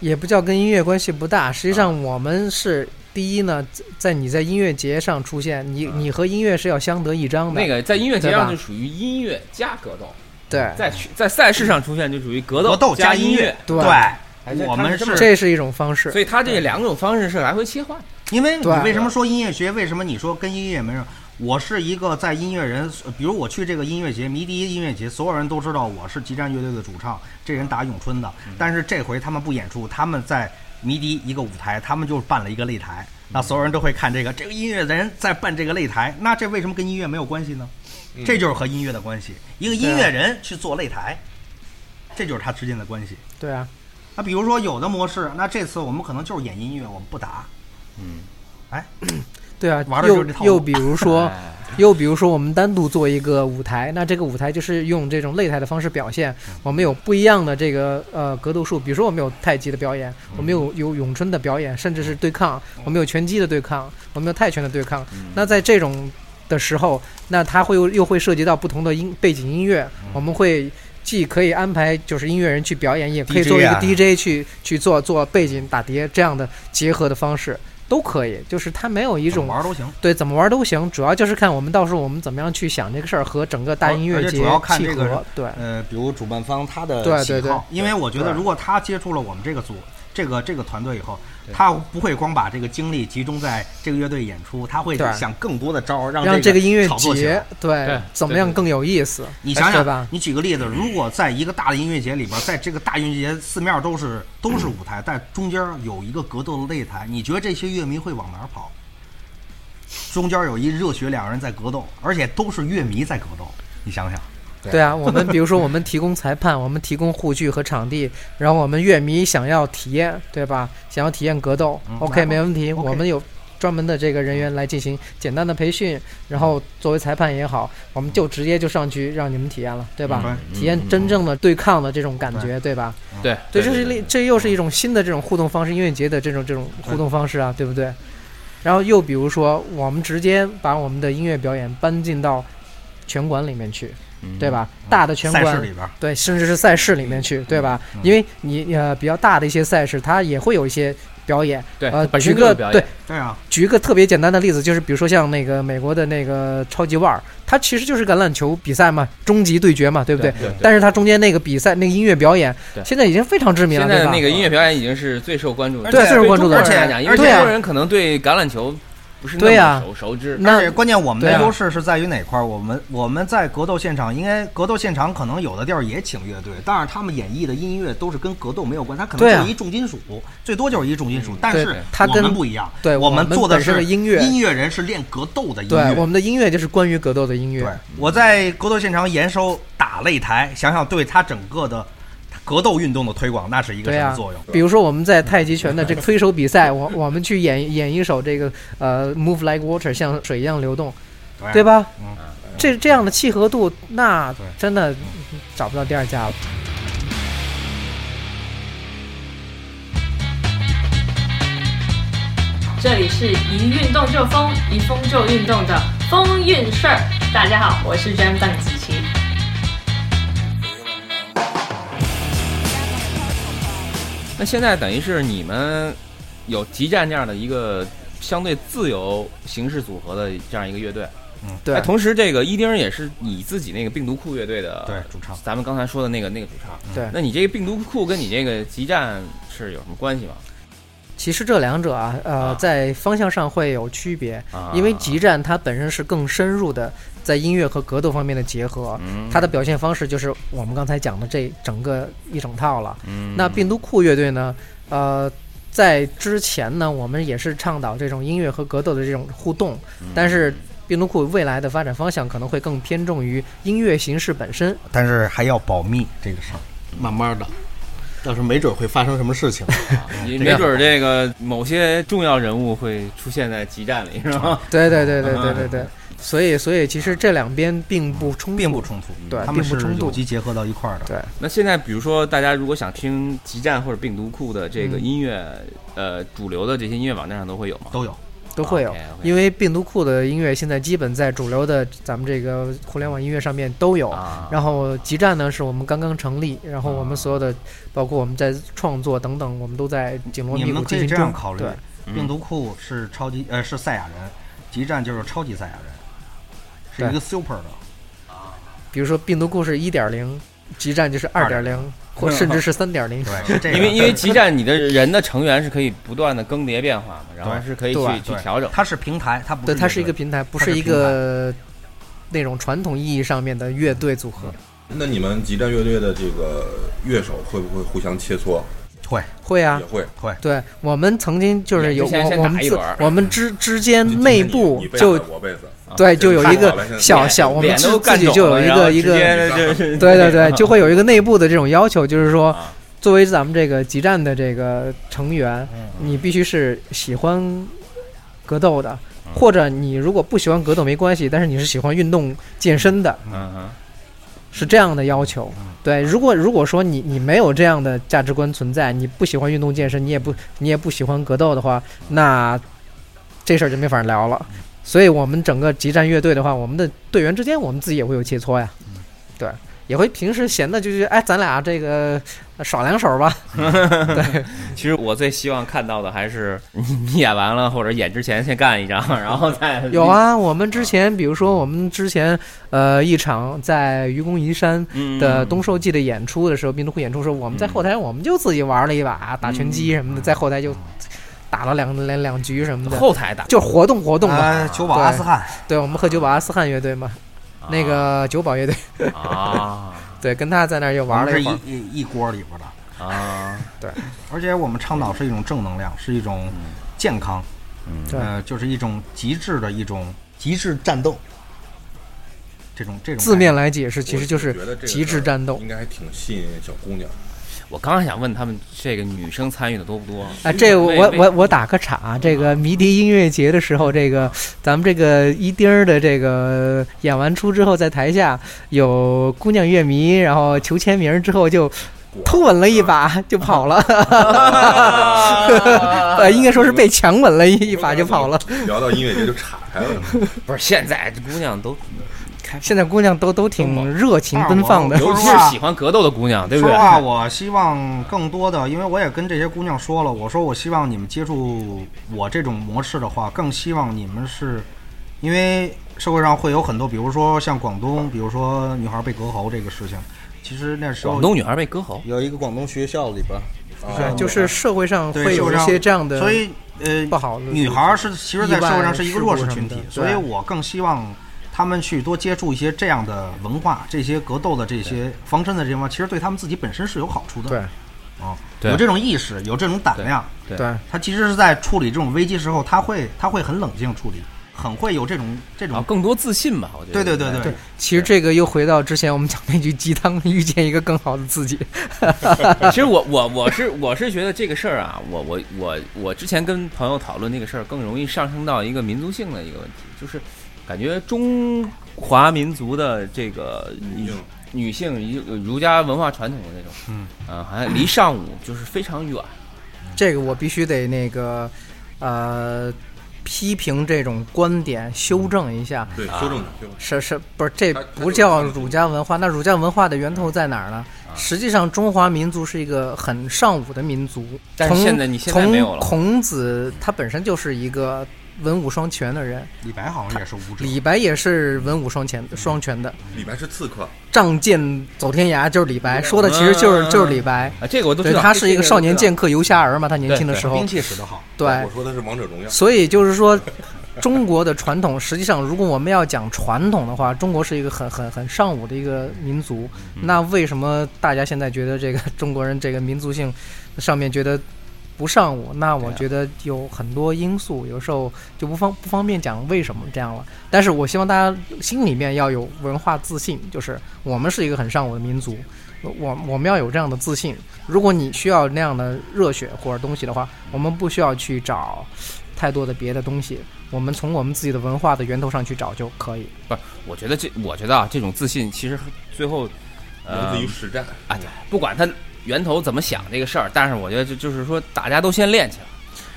S2: 也不叫跟音乐关系不
S3: 啊
S2: 大。实际上，我们是第一呢，在在你在音乐节上出现，你你和音乐是要相得益彰的。
S3: 啊那个在音乐节上
S2: 对
S3: 就属于音乐加格斗，
S2: 对
S3: 在去在赛事上出现就属于格
S5: 格斗
S3: 加
S5: 音
S3: 乐，
S2: 对
S3: 还是
S5: 我
S3: 嗯
S5: 们
S3: 哎他是这么
S5: 是，
S2: 这是一种方式
S3: 所。以他这两种方式是来回切换。
S5: 因为你
S2: 对
S5: 为什么说音乐学？为什么你说跟音乐没有？我是一个在音乐人，比如我去这个音乐节，迷笛音乐节，所有人都知道我是极战乐队的主唱，这人打咏春的。
S2: 嗯
S5: 但是这回他们不演出，他们在迷笛一个舞台，他们就办了一个擂台，
S2: 嗯
S5: 那所有人都会看这个这个音乐人在办这个擂台，那这为什么跟音乐没有关系呢？
S2: 嗯
S5: 这就是和音乐的关系，一个音乐人去做擂台，这就是他之间的关系。
S2: 对啊，
S5: 那比如说有的模式，那这次我们可能就是演音乐，我们不打，
S2: 对啊
S5: 玩。的就
S2: 又
S5: 是这套路
S2: 又比如说，
S3: 哎
S2: 又比如说，我们单独做一个舞台，那这个舞台就是用这种擂台的方式表现。我们有不一样的这个呃格斗术，比如说我们有太极的表演，我们有有咏春的表演，甚至是对抗，我们有拳击的对抗，我们有泰拳的对抗。那在这种的时候，那它会又又会涉及到不同的音背景音乐，我们会。既可以安排就是音乐人去表演，也可以
S8: DJ
S2: 作为一个
S8: 啊
S2: DJ 去、去做做背景打碟这样的结合的方式都可以。就是它没有一
S5: 一
S2: 种
S5: 玩儿都行。
S2: 对怎么玩都行，主要就是看我们到时候我们怎么样去想这个事儿和整个大
S5: 而
S2: 音乐
S5: 而且
S2: 节
S5: 主要看
S2: 契
S5: 这个
S2: 合。对，
S8: 呃，比如主办方他的
S2: 对
S8: 喜
S2: 对对
S8: 好
S5: 因为我觉得，
S8: 对
S5: 如果他接触了我们这个组、这个这个团队以后，他不会光把这个精力集中在这个乐队演出，他会
S2: 对
S5: 想更多的招儿让
S2: 让
S5: 这
S2: 这个音乐
S5: 炒作起来
S2: 节对
S3: 对
S2: 怎么
S3: 对
S2: 样
S3: 对
S2: 更有意思？
S5: 你想
S2: 对
S5: 想
S2: 吧，？
S5: 你举个例子，如果在一个大的音乐节里边，在这个大音乐节四面都是都是舞台，但中间有一个格斗的擂台，你觉得这些乐迷会往哪儿跑？中间有一热血两人在格斗，而且都是乐迷在格斗，你想想，
S2: 对啊，我们比如说我们提供裁判，我们提供护具和场地，然后我们乐迷想要体验，对吧？想要体验格斗、
S5: 嗯
S2: o k
S5: 然后
S2: 没问题。
S5: OK
S2: 我们有专门的这个人员来进行简单的培训，然后作为裁判也好，我们就直接就上去让你们体验了，对吧？
S5: 嗯
S2: 体验真正的对抗的这种感觉，对吧？
S3: 对
S2: 对，这是另这又是一种新的这种互动方式，音乐节的这种这种互动方式啊，对不对？然后又比如说，我们直接把我们的音乐表演搬进到拳馆里面去，对？吧？大的拳
S5: 赛事
S2: 馆
S5: 里边，
S2: 对，甚至是赛事里面去，对吧？
S5: 嗯
S2: 因为你呃比较大的一些赛事，它也会有一些表演。
S3: 对
S2: 呃，，
S3: 本
S2: 举
S3: 身就
S2: 个
S3: 有表
S2: 对
S3: 演，，
S5: 对啊，
S2: 举一个特别简单的例子，就是比如说像那个美国的那个超级腕儿，它其实就是橄榄球比赛嘛，终极对决嘛，对不对？
S3: 对
S2: 但是它中间那个比赛那个音乐表演，
S3: 对
S2: 现在已经非常知名了，
S3: 现
S2: 对
S3: 在
S2: 吧？
S3: 那个音乐表演已经是最受关注的，
S2: 对最受关注的
S3: 而且来讲，因为
S2: 对
S3: 中
S2: 啊
S3: 国人可能对橄榄球不是那
S2: 对啊
S3: 么熟熟知，
S2: 那
S5: 而且关键我们
S2: 对
S5: 的
S2: 啊
S5: 优势是在于哪块儿？我们我们在格斗现场，应该格斗现场可能有的地儿也请乐队，但是他们演绎的音乐都是跟格斗没有关，它可能
S2: 对啊
S5: 就是一重金属，最多就是一重金属。但
S2: 对
S5: 是
S2: 它
S5: 我
S2: 跟
S5: 们不一样，
S2: 对
S5: 我
S2: 们
S5: 们做的
S2: 本身
S5: 是
S2: 的音乐
S5: 音乐人是练格斗的音
S2: 对，我
S5: 乐。
S2: 们的音乐就是关于格斗的音乐
S5: 对。，我在格斗现场研收打擂台，想想对他整个的格斗运动的推广，那是一个
S2: 对
S5: 什
S2: 啊
S5: 么作用？
S2: 比如说我们在太极拳的这个推手比赛，我我们去演演一首这个呃 Move Like Water，像水一样流动，
S5: 对
S2: 对吧？
S5: 嗯
S2: 这这样的契合度，那
S5: 对
S2: 真的找不到第二家了。
S9: 这里是一运动就疯，一疯就运动的风韵事儿。大家好，我是 Jam 邓紫棋。
S3: 那现在等于是你们有集战这样的一个相对自由形式组合的这样一个乐队，
S2: 对
S3: 哎，同时这个一丁儿也是你自己那个病毒库乐队的
S5: 对，主唱。
S3: 啊咱们刚才说的那个那个主唱，
S2: 对
S3: 那你这个病毒库跟你这个集战是有什么关系吗？
S2: 其实这两者啊，呃，
S3: 啊
S2: 在方向上会有区别，
S3: 啊，
S2: 因为集战它本身是更深入的在音乐和格斗方面的结合，
S3: 嗯
S2: 它的表现方式就是我们刚才讲的这整个一整套了。
S3: 嗯
S2: 那病毒库乐队呢，呃，在之前呢，我们也是倡导这种音乐和格斗的这种互动，
S3: 嗯
S2: 但是病毒库未来的发展方向可能会更偏重于音乐形式本身。
S3: 啊
S5: 但是还要保密这个事儿。
S10: 慢慢的，到时候没准会发生什么事情。
S3: 你没准儿这个某些重要人物会出现在集战里，是吧？
S2: 对对对对对对对，所以所以其实这两边并不冲突，
S5: 并不冲突，
S2: 对
S5: 他们
S2: 并不
S5: 是
S2: 冲突
S5: 有机结合到一块儿的。
S2: 对
S3: 那现在比如说大家如果想听集战或者病毒库的这个
S2: 嗯
S3: 音乐，呃，主流的这些音乐网站上都会有吗？
S5: 都有，
S2: 都会有
S3: OK，OK
S2: 因为病毒库的音乐现在基本在主流的咱们这个互联网音乐上面都有。
S3: 啊，
S2: 然后呃集站呢，是我们刚刚成立，然后我们所有的，包括我们在创作等等，我们都在紧锣
S5: 你
S2: 密鼓
S5: 们可
S2: 进
S5: 以
S2: 行
S5: 这样
S2: 中。
S5: 考虑
S2: 对，
S5: 病毒库是超级呃是赛亚人，极战就是超级赛亚人，是
S2: 对
S5: 一个 super 的。
S2: 比如说病毒库是一点零，集站就是二点零，或甚至是三点零。
S5: 对，是这个。
S3: 因为因为集战你的人的成员是可以不断的更迭变化嘛，然后是可以
S2: 对
S3: 去
S5: 对
S3: 去调整。
S5: 它是平台，它不
S2: 对，
S5: 是
S2: 它是一
S5: 乐
S2: 个
S5: 队
S2: 平台，不
S5: 它
S2: 是
S5: 是
S2: 一个那种传统意义上面的乐队组合。
S5: 嗯
S7: 那你们集战乐队的这个乐手会不会互相切磋？
S5: 会
S2: 会啊
S7: 也，会。
S2: 对我们曾经就是有
S3: 之前
S2: 我
S3: 先
S2: 我
S3: 打
S2: 们
S3: 一
S2: 自
S3: 轮儿
S2: 我们之之间
S7: 就今天
S2: 内
S7: 你
S2: 部
S7: 你贝斯
S2: 就
S7: 我贝斯，
S2: 对
S3: 啊
S2: 就有一
S7: 太好了
S2: 个
S7: 现在
S2: 小
S7: 脸
S2: 小，我们
S3: 脸
S2: 自
S3: 都
S2: 自
S3: 干
S2: 己
S3: 肿
S2: 就有
S3: 了
S2: 一
S3: 然
S2: 个
S3: 后
S2: 一
S3: 直
S2: 个
S3: 接就是
S2: 对对 对，就会有一个内部的这种要求，就是说
S3: 啊，
S2: 作为咱们这个集战的这个成员，
S3: 嗯
S2: 你必须是喜欢格斗的，
S3: 嗯
S2: 或者你如果不喜欢格斗没关系，但是你是喜欢运动健身的，
S3: 嗯哼，
S2: 是这样的要求。对，如果如果说你你没有这样的价值观存在，你不喜欢运动健身，你也不你也不喜欢格斗的话，那这事儿就没法聊了。所以我们整个集战乐队的话，我们的队员之间我们自己也会有切磋呀。对，也会平时闲的就是哎，咱俩这个耍两手吧。对，
S3: 其实我最希望看到的还是你你演完了或者演之前先干一 张，然后再
S2: 有，啊，我们之前比如说我们之前呃一场在愚公移山
S7: 嗯
S3: 嗯
S2: 的东寿记的演出的时候，冰毒库演出的时候，我们在后台我们就自己玩了一把打拳
S7: 嗯
S2: 击什么的，在后台就打了两两两局什么的。
S3: 后台打
S2: 就活动活动嘛
S7: 啊
S5: 哎，九保阿斯汉
S2: 对，对，我们和九保阿斯汉乐队嘛，那个九保乐队，
S3: 啊
S2: 对，跟他在那儿又玩了
S5: 是
S2: 一会儿
S5: 一。一一锅里边的。
S3: 啊，
S5: 而且我们倡导是一种正能量，是一种健康，
S2: 对
S5: 呃，就是一种极致的一种
S11: 极致战斗，
S5: 这种这种
S2: 字
S5: 概
S2: 面
S5: 念
S2: 来解释，其实就
S7: 我觉得
S2: 是
S7: 这个
S2: 极致战斗
S7: 应。该还挺吸引小姑娘。
S3: 我刚刚想问他们这个女生参与的多不多
S5: 哎
S2: 啊，这个
S3: 为
S2: 我
S3: 为
S2: 我我打个岔，啊这个迷笛音乐节的时候，这个咱们这个一丁儿的这个演完出之后，在台下有姑娘乐迷，然后求签名之后就偷吻了一把就跑了， 呃，应该说是被强吻了一一把就跑 了。
S7: 聊到音乐节就岔开了，
S3: 不是现在这姑娘都
S2: 现在姑娘都都挺热情奔放的
S5: 说
S3: 尤
S5: 实
S3: 其
S5: 话
S3: 是喜欢格斗的姑娘，对不
S5: 说
S3: 对
S5: 实？话，我希望更多的，因为我也跟这些姑娘说了，我说我希望你们接触我这种模式的话，更希望你们是，因为社会上会有很多，比如说像广东，比如说女孩被隔喉这个事情，其实那时候
S3: 广东女孩被割喉，
S11: 有一个广东学校里边，
S2: 对，就是社会上
S5: 对
S2: 会有一
S5: 社
S2: 些
S5: 会上
S2: 这样的
S5: 所以呃
S2: 不好的
S5: 女孩儿是其实，在
S2: 意外
S5: 社会上是一个弱势
S2: 事故
S5: 群体
S2: 什么，的
S5: 所以
S2: 对
S5: 我更希望他们去多接触一些这样的文化，这些格斗的这些防身的这些方，其实对他们自己本身是有好处的。
S2: 对
S5: 啊，
S3: 对
S5: 有这种意识，有这种胆量，
S3: 对
S2: 对。
S5: 他其实是在处理这种危机时候，他会他会很冷静处理，很会有这种这
S3: 然后
S5: 种。
S3: 更多自信吧，我觉得。
S5: 对对对
S2: 对，其实这个又回到之前我们讲那句鸡汤，遇见一个更好的自己。
S3: 其实我我我是我是觉得这个事儿啊， 我我我我之前跟朋友讨论这个事儿，更容易上升到一个民族性的一个问题，就是感觉中华民族的这个女女性儒儒家文化传统的那种，
S5: 嗯
S3: 啊，好像离上午就是非常远，
S2: 这个我必须得那个，呃，批评这种观点，修正一下。
S3: 嗯
S7: 对，修正修正。
S2: 是是，不是这不叫儒家文化？那儒家文化的源头在哪儿呢？
S3: 啊
S2: 实际上，中华民族是一个很尚武的民族。
S3: 但是
S2: 从
S3: 现在你现在没有了
S2: 从孔子他本身就是一个文武双全的
S3: 嗯
S2: 人，
S5: 李白好像也是武者，
S2: 李白也是文武双全双全的，
S3: 嗯
S7: 李白是刺客，
S2: 仗剑走天涯就是李白，说的其实就是就是李白。
S3: 啊，这个我都知
S2: 对，
S3: 道，
S2: 他是一个
S3: 这
S2: 少年
S3: 我知道
S2: 剑客游侠儿嘛，他年轻的时候
S5: 兵，器使得好，
S2: 对
S7: 我，说的是王者荣耀。
S2: 所以就是说，中国的传统，实际上如果我们要讲传统的话，中国是一个很很很尚武的一个民族。那为什么大家现在觉得这个中国人这个民族性上面觉得不尚武？那我觉得有很多因素，有时候就不方不方便讲为什么这样了。但是我希望大家心里面要有文化自信，就是我们是一个很尚武的民族。我我们要有这样的自信。如果你需要那样的热血或者东西的话，我们不需要去找太多的别的东西，我们从我们自己的文化的源头上去找就可以。
S3: 不是，我觉得这我觉得啊，这种自信其实最后，
S7: 源
S2: 嗯
S3: 呃
S7: 自，于实战，
S3: 啊，对，不管他源头怎么想这个事儿，但是我觉得就就是说，大家都先练起来。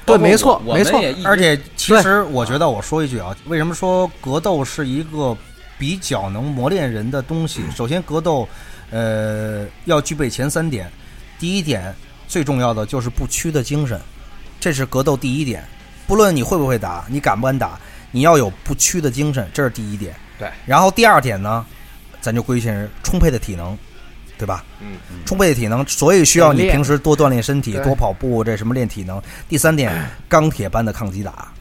S2: 对
S3: 包括
S2: 没错
S3: 我
S2: 没错
S3: 我们也一直
S5: 而且其实我觉得，我说一句啊，为什么说格斗是一个比较能磨练人的东西？首先，格斗，呃，要具备前三点。第一点最重要的就是不屈的精神，这是格斗第一点。不论你会不会打，你敢不敢打，你要有不屈的精神，这是第一点。
S3: 对。
S5: 然后第二点呢，咱就归于充沛的体能，对吧？
S7: 嗯，
S5: 充沛的体能，所以需要
S2: 锻
S5: 你
S2: 炼
S5: 平时多锻炼身体，
S2: 对
S5: 多跑步，这什么练体能。第三点，钢铁般的抗击打。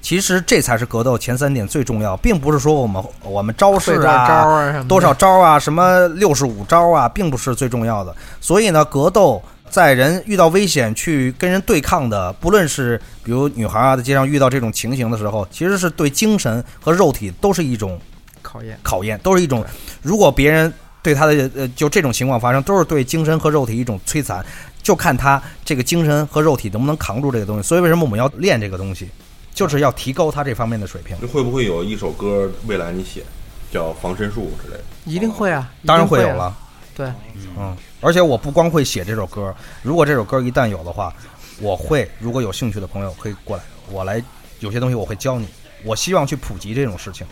S5: 其实这才是格斗前三点最重要，并不是说我们我们招
S2: 会
S5: 式
S2: 多少招
S5: 啊、
S2: 啊什么的
S5: 多少招啊、什么六十五招啊，并不是最重要的。所以呢，格斗在人遇到危险去跟人对抗的，不论是比如女孩啊在街上遇到这种情形的时候，其实是对精神和肉体都是一种
S2: 考验。
S5: 考验，都是一种，如果别人对他的呃就这种情况发生，都是对精神和肉体一种摧残，就看他这个精神和肉体能不能扛住这个东西。所以为什么我们要练这个东西，就是要提高他这方面的水平。
S7: 那会不会有一首歌未来你写叫防身术之类的？
S2: 一定会啊，
S5: 当然
S2: 一定会
S5: 会
S2: 啊
S5: 有了，
S2: 对，
S5: 嗯，而且我不光会写这首歌，如果这首歌一旦有的话，我会如果有兴趣的朋友可以过来，我来有些东西我会教你。我希望去普及这种事情，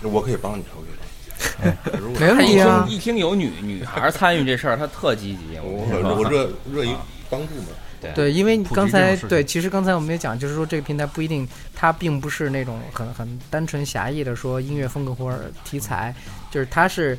S7: 那我可以帮你，我可以帮你。
S2: 没问题啊
S3: 他一听一听有女女孩儿参与这事儿，他特积极。我跟你说
S7: 我热热一帮助嘛。
S2: 对，因为
S3: 普及
S2: 刚
S3: 这种
S2: 才
S3: 事情
S2: 对，其实刚才我们也讲，就是说这个平台不一定，它并不是那种很很单纯狭义的说音乐风格或者题材，就是它是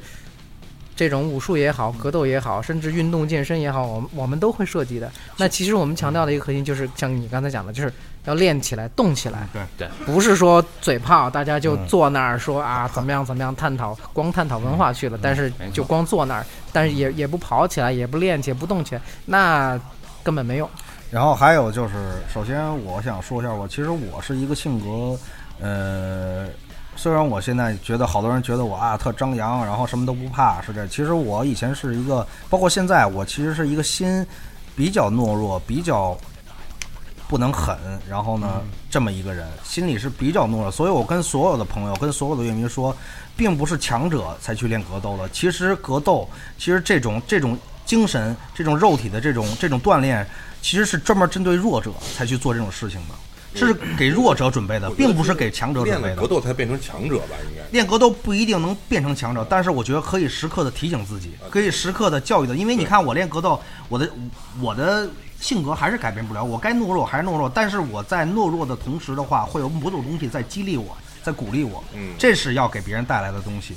S2: 这种武术也好，格斗也好，甚至运动健身也好，我们我们都会涉及的。那其实我们强调的一个核心就是像你刚才讲的，就是要练起来，动起来。
S5: 对
S3: 嗯对，
S2: 不是说嘴炮，大家就
S5: 嗯
S2: 坐那儿说啊怎么样怎么样，探讨光探讨文化
S3: 嗯
S2: 去了，但是就光坐那儿，但是也也不跑起来，也不练起来，不动起来，那根本没用。
S5: 然后还有就是，首先我想说一下，我其实我是一个性格，呃，虽然我现在觉得好多人觉得我啊特张扬，然后什么都不怕，是这，其实我以前是一个，包括现在，我其实是一个心比较懦弱，比较不能狠，然后呢，这么一个人心里是比较懦弱，所以我跟所有的朋友，跟所有的乐迷说，并不是强者才去练格斗的。其实格斗，其实这种这种精神、这种肉体的这种这种锻炼，其实是专门针对弱者才去做这种事情的，是给弱者准备的，并不是给强者
S7: 练
S5: 准备
S7: 了
S5: 的。
S7: 格斗才变成强者吧，应该。
S5: 练格斗不一定能变成强者，但是我觉得可以时刻的提醒自己，可以时刻的教育的，因为你看我练格斗，我的我的性格还是改变不了，我该懦弱还是懦弱，但是我在懦弱的同时的话，会有某种东西在激励我，在鼓励我，
S7: 嗯
S5: 这是要给别人带来的东西，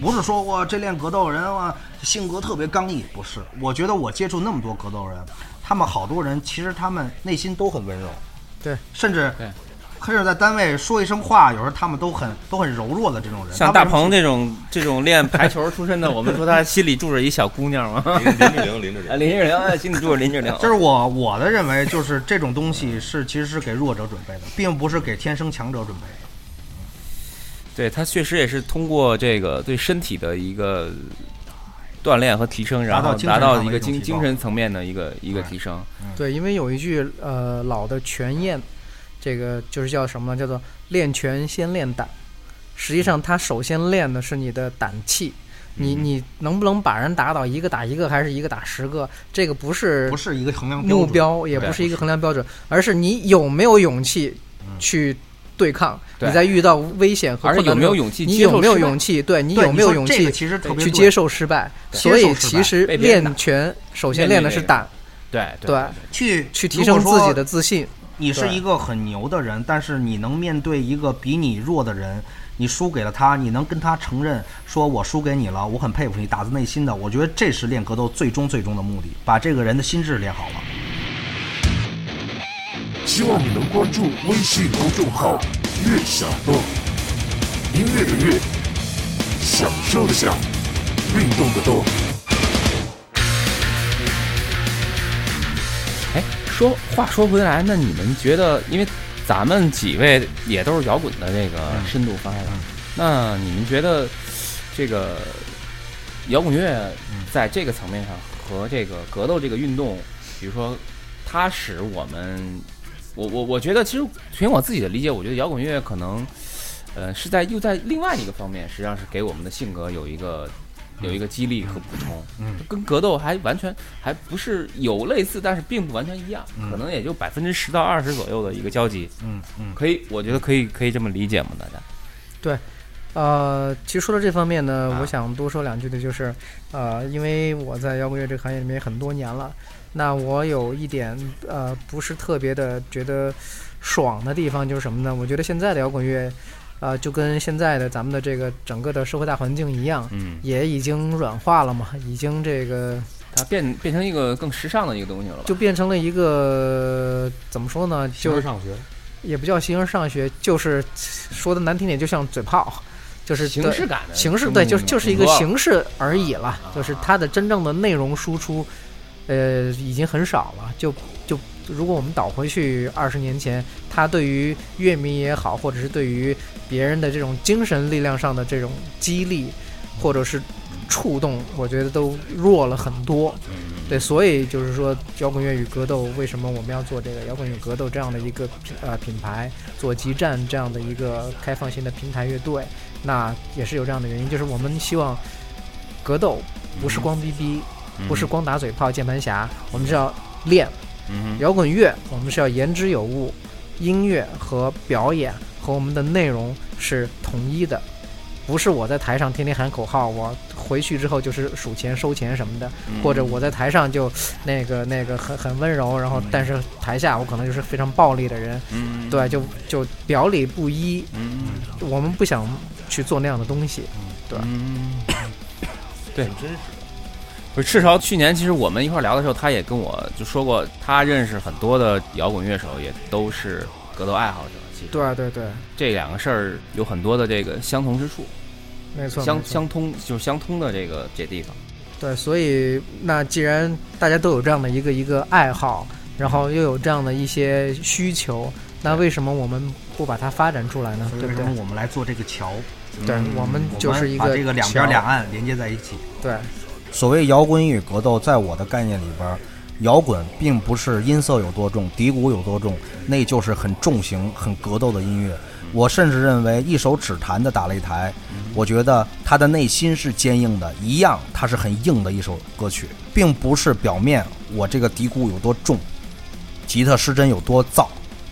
S5: 不是说我这练格斗人啊性格特别刚毅，不是，我觉得我接触那么多格斗人，他们好多人其实他们内心都很温柔，
S2: 对，
S5: 甚至。甚至在单位说一声话，有时候他们都很都很柔弱的这种人，
S3: 像大
S5: 他为什么
S3: 鹏这种这种练排球出身的，我们说他心里住着一小姑娘 嘛，林
S7: 志玲，林志
S3: 玲，林志玲，哎心里住着林志 玲。
S5: 就是我我的认为，就是这种东西是其实是给弱者准备的，并不是给天生强者准备的。
S3: 对他确实也是通过这个对身体的一个锻炼和提升，
S5: 达
S3: 然
S5: 到
S3: 后
S5: 精
S3: 达
S5: 神
S3: 到
S5: 上
S3: 一
S5: 的
S3: 个
S5: 一种
S3: 精
S5: 提
S3: 精
S5: 高
S3: 神层面的一个一个提升。
S2: 对，因为有一句呃老的拳谚，这个就是叫什么呢？叫做练拳先练胆。实际上，他首先练的是你的胆气。你
S3: 嗯
S2: 你能不能把人打倒一个打一个，还是一个打十个？这个不是
S5: 不是一个衡量标
S2: 目
S5: 准
S2: 标，也
S5: 对
S3: 啊
S2: 不是一个衡量标准，而是你有没有勇气去对抗。
S3: 嗯对
S2: 你在遇到危险和
S3: 而且
S2: 困难
S3: 有没有
S2: 中
S3: 勇气
S2: 你
S3: 接
S2: 有
S3: 受
S2: 没有
S3: 失败
S2: 勇气？对你
S3: 对
S2: 有
S3: 你
S2: 没有
S3: 说
S2: 勇
S3: 这个
S2: 气
S3: 其实特别
S2: 去
S3: 对
S2: 接受失败？
S3: 对
S2: 所
S3: 接
S2: 以
S3: 受失
S2: 其
S3: 败
S2: 实
S3: 被别人
S2: 练
S3: 打
S2: 拳首先
S3: 面对
S2: 练的是
S3: 这个
S2: 胆，
S3: 对
S2: 对，
S5: 去
S2: 去提升自己的自信。
S5: 你是
S2: 对
S5: 一个很牛的人，但是你能面对一个比你弱的人，你输给了他，你能跟他承认说我输给你了，我很佩服你，打自内心的。我觉得这是练格斗最终最终的目的，把这个人的心智练好了。
S12: 希望你能关注微信公众号“乐享动”，音乐的乐，享受的享，运动的动。
S3: 哎，说话说回来，那你们觉得，因为咱们几位也都是摇滚的这个深度发了，那你们觉得这个摇滚乐在这个层面上和这个格斗这个运动，比如说它使我们，我我我觉得，其实凭我自己的理解，我觉得摇滚乐可能，呃，是在又在另外一个方面，实际上是给我们的性格有一个有一个激励和补充。
S5: 嗯，
S3: 跟格斗还完全还不是有类似，但是并不完全一样，
S5: 嗯
S3: 可能也就百分之十到二十左右的一个交集。
S5: 嗯嗯，
S3: 可以，我觉得可以可以这么理解吗？大家？
S2: 对，呃，其实说到这方面呢，我想多说两句的就是，呃，因为我在摇滚乐这个行业里面很多年了，那我有一点呃不是特别的觉得爽的地方就是什么呢？我觉得现在的摇滚乐。呃，就跟现在的咱们的这个整个的社会大环境一样，
S3: 嗯
S2: 也已经软化了嘛，已经这个
S3: 它变变成一个更时尚的一个东西了吧？
S2: 就变成了一个怎么说呢？
S3: 形
S2: 就
S3: 而
S2: 是
S3: 上学，
S2: 也不叫形而上学，就是说的难听点，就像嘴 炮，就是
S3: 形
S2: 对
S3: 式感的啊
S2: 形式
S3: 嗯
S2: 对，就是就是一个
S3: 嗯
S2: 形式而已了，就是它的真正的内容输出，呃，已经很少了。就就如果我们倒回去二十年前，它对于乐迷也好，或者是对于别人的这种精神力量上的这种激励，或者是触动，我觉得都弱了很多。对，所以就是说，摇滚乐与格斗，为什么我们要做这个摇滚与格斗这样的一个品呃品牌，做集站这样的一个开放性的平台乐队？那也是有这样的原因，就是我们希望格斗不是光逼逼，
S13: 嗯
S2: 不是光打嘴炮、键盘侠，我们是要练。
S13: 嗯
S2: 摇滚乐我们是要言之有物，音乐和表演和我们的内容是统一的。不是我在台上天天喊口号，我回去之后就是数钱、收钱什么的，
S12: 嗯
S2: 或者我在台上就那个那个很很温柔，然后但是台下我可能就是非常暴力的人，
S12: 嗯
S2: 对，就就表里不一，
S3: 嗯，
S2: 我们不想去做那样的东西，对，
S3: 嗯对，真是。不是赤潮去年其实我们一块儿聊的时候，他也跟我就说过，他认识很多的摇滚乐手，也都是格斗爱好者。其实
S2: 对对对，
S3: 这两个事儿有很多的这个相同之处，
S2: 没错，没
S3: 相
S2: 错
S3: 相通就是相通的这个这地方。
S2: 对，所以那既然大家都有这样的一个一个爱好，然后又有这样的一些需求，那为什么我们不把它发展出来呢？对
S14: 为
S2: 不
S14: 什
S2: 对
S14: 么？我们来做这个桥？嗯
S2: 对我们就是一个
S14: 把这个两边
S2: 桥
S14: 两岸连接在一起。
S2: 对，
S5: 所谓摇滚与格斗，在我的概念里边儿，摇滚并不是音色有多重、底鼓有多重，那就是很重型、很格斗的音乐。
S2: 嗯
S5: 我甚至认为，一手指弹的打擂台，我觉得他的内心是坚硬的，一样，它是很硬的一首歌曲，并不是表面我这个底鼓有多重，吉他失真有多燥，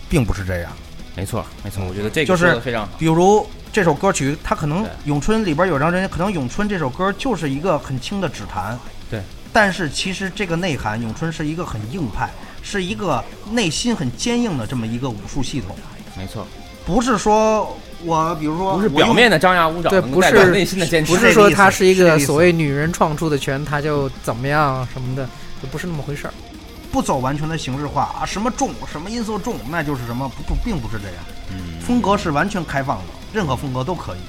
S5: 并不是这样。
S3: 没错，没错，我觉得这个
S5: 就
S3: 说
S5: 是
S3: 得非常好
S5: 比如这首歌曲，它可能《咏春》里边有张专辑，可能《咏春》这首歌就是一个很轻的指弹，
S3: 对，
S5: 但是其实这个内涵，咏春是一个很硬派，是一个内心很坚硬的这么一个武术系统，
S3: 没错，
S5: 不是说我比如说
S3: 不是
S5: 我
S3: 表
S5: 用
S3: 面的张牙舞爪，
S2: 对，
S3: 能
S2: 不
S3: 代表
S2: 是
S3: 内心的坚持，
S2: 不是说它是一
S5: 是这
S2: 个
S5: 个意思
S2: 所谓女人创出的拳，它就怎么样什么的，就不是那么回事儿。
S14: 不走完全的形式化啊，什么重，什么因素重，那就是什么不不，并不是这样。
S3: 嗯
S14: 风格是完全开放的，任何风格都可以。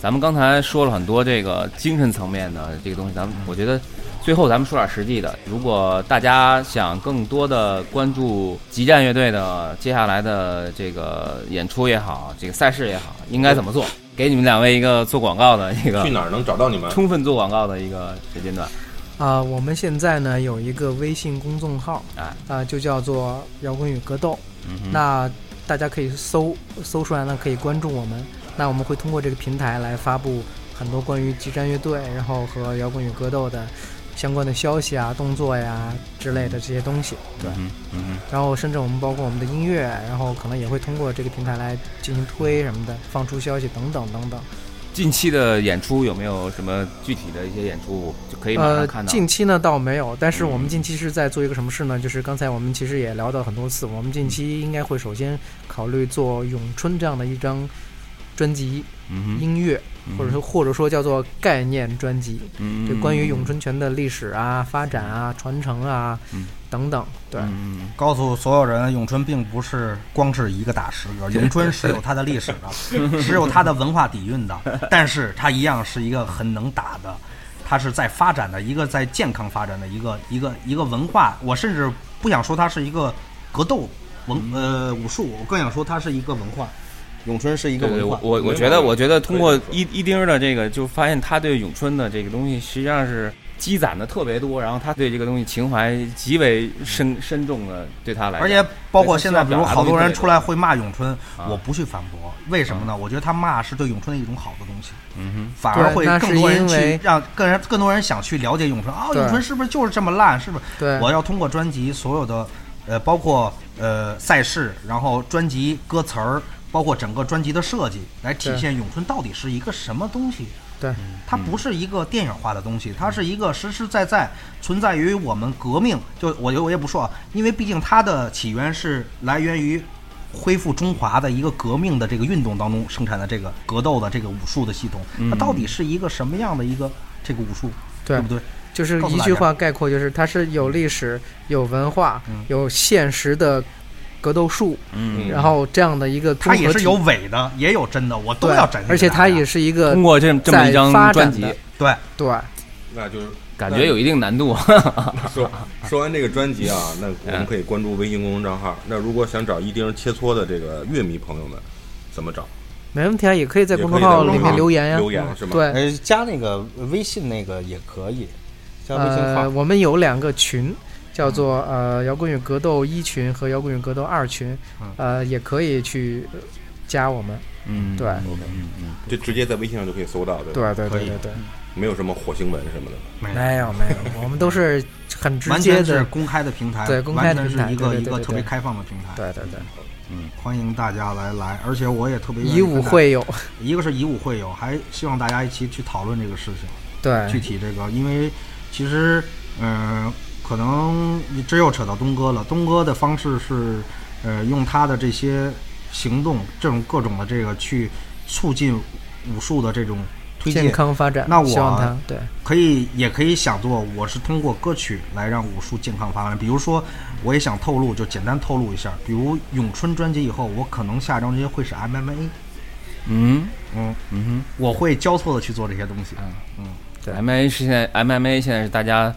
S3: 咱们刚才说了很多这个精神层面的这个东西，咱们我觉得最后咱们说点实际的。如果大家想更多的关注极战乐队的接下来的这个演出也好，这个赛事也好，应该怎么做？给你们两位一个做广告的一个
S2: 呃
S7: 去哪儿能找到你们
S3: 充分做广告的一个时间段。
S2: 啊、我们现在呢有一个微信公众号，
S3: 啊、
S2: 就叫做“摇滚与格斗”
S3: 嗯哼
S2: 那大家可以搜搜出来呢，可以关注我们。那我们会通过这个平台来发布很多关于极战乐队，然后和摇滚与格斗的相关的消息啊、动作呀之类的这些东西。对，
S3: 嗯哼嗯
S2: 然后甚至我们包括我们的音乐，然后可能也会通过这个平台来进行推什么的，放出消息等等等等。
S3: 哼，近期的演出有没有什么具体的一些演出就可以马上
S2: 呃
S3: 看，到？嗯
S2: 近期呢倒没有，但是我们近期是在做一个什么事呢？就是刚才我们其实也聊到很多次，我们近期应该会首先考虑做《咏春》这样的一张专辑，
S3: 嗯哼
S2: 音乐
S3: 嗯哼
S2: 或者说或者说叫做概念专辑，
S3: 嗯嗯
S2: 就关于咏春拳的历史啊、发展啊、传承啊、等等，对。
S5: 告诉所有人，咏春并不是光是一个打十 个，咏春是有它的历史的，是有它的文化底 蕴的，但是它一样是一个很能打的，它是在发展的一个在健康发展的一个一个一个文化。我甚至不想说它是一个格斗文呃武术，我更想说它是一个文化。咏春是一个
S3: 对对，
S5: 文
S3: 我
S5: 化，
S3: 我我觉得，我觉得通过一一丁儿的这个，就发现他对咏春的这个东西实际上是积攒的特别多，然后他对这个东西情怀极为深深重的，对他来讲，
S14: 而且包括现在，比如好多人出
S3: 来，
S14: 来会骂咏春，
S3: 啊
S14: 我不去反驳，为什么呢？我觉得他骂是对咏春的一种好的东西，
S3: 嗯
S14: 反而会
S2: 对那是
S14: 更多人
S2: 因为
S14: 去让更人更多人想去了解咏春啊，
S2: 对
S14: 咏春是不是就是这么烂？是不是？
S2: 对
S14: 我要通过专辑所有的，呃，包括呃赛事，然后专辑歌词儿，包括整个专辑的设计，来体
S2: 对
S14: 现咏春到底是一个什么东西。
S2: 对，
S3: 嗯
S14: 它不是一个电影化的东西，它是一个实实在在存在于我们革命。就我就我也不说啊，因为毕竟它的起源是来源于恢复中华的一个革命的这个运动当中生产的这个格斗的这个武术的系统，它
S2: 嗯
S14: 到底是一个什么样的一个这个武术，
S2: 对
S14: 不对？
S2: 就是
S14: 告诉
S2: 一
S14: 大
S2: 句
S14: 家
S2: 话概括，就是它是有历史、有文化、有现实的格斗术，
S3: 嗯
S2: 然后这样的一个
S14: 它
S2: 综
S14: 也
S2: 合
S14: 是
S2: 体
S14: 有伪的，也有真的，我都
S2: 对
S14: 要展现给大家。
S2: 而且它也是一个
S3: 呃通过这这么一张
S2: 在发
S3: 专
S2: 展
S3: 辑
S2: 的，
S14: 对
S2: 对，
S7: 那就是
S3: 感觉有一定 难度。
S7: 说说完这个专辑啊，那我们可以关注微信公众账号。那如果想找一丁切磋的这个乐迷朋友们，怎么找？
S2: 没问题啊，也可以在
S7: 也
S2: 公
S7: 可
S2: 众
S7: 以在
S2: 号
S7: 公
S2: 里
S7: 众
S2: 面
S7: 号
S2: 留言呀，
S7: 留言是吗
S2: 对，
S5: 哎
S15: 呃，加那个微信那个也可以，加微信号
S2: 呃，。我们有两个群，叫做呃摇滚与格斗一群和摇滚与格斗二群，呃，也可以去呃加我们，
S3: 嗯
S2: 对，
S3: 嗯嗯，
S7: 就直接在微信上就可以搜到，对吧？嗯
S2: 对对对对对，
S7: 没有什么火星文什么的。
S2: 没有没有，我们都是很直
S5: 完
S2: 接
S5: 全
S2: 的
S5: 是公开的平台，
S2: 对公开的
S5: 完
S2: 平
S5: 全
S2: 台，
S5: 是一个
S2: 对对
S5: 一个
S2: 对对
S5: 特别开放的平台。
S2: 对对对，
S5: 嗯，欢迎大家来来，而且我也特别愿意
S2: 以武
S5: 看大
S2: 会友，
S5: 一个是以武会友，还希望大家一起去讨论这个事情。
S2: 对
S5: 具体这个，因为其实，嗯、可能这又扯到东哥了。东哥的方式是，呃，用他的这些行动，这种各种的这个去促进武术的这种推进
S2: 健康发展
S5: 那我
S2: 希望他对
S7: 嗯
S5: 可以也可以想做，我是通过歌曲来让武术健康发展。比如说，我也想透露，就简单透露一下，比如咏春专辑以后，我可能下张专辑会是 MMA。
S3: 嗯
S5: 嗯
S3: 嗯哼，
S5: 我会交错的去做这些东西。嗯，
S3: ，MMA 是现在 MMA 现在是大家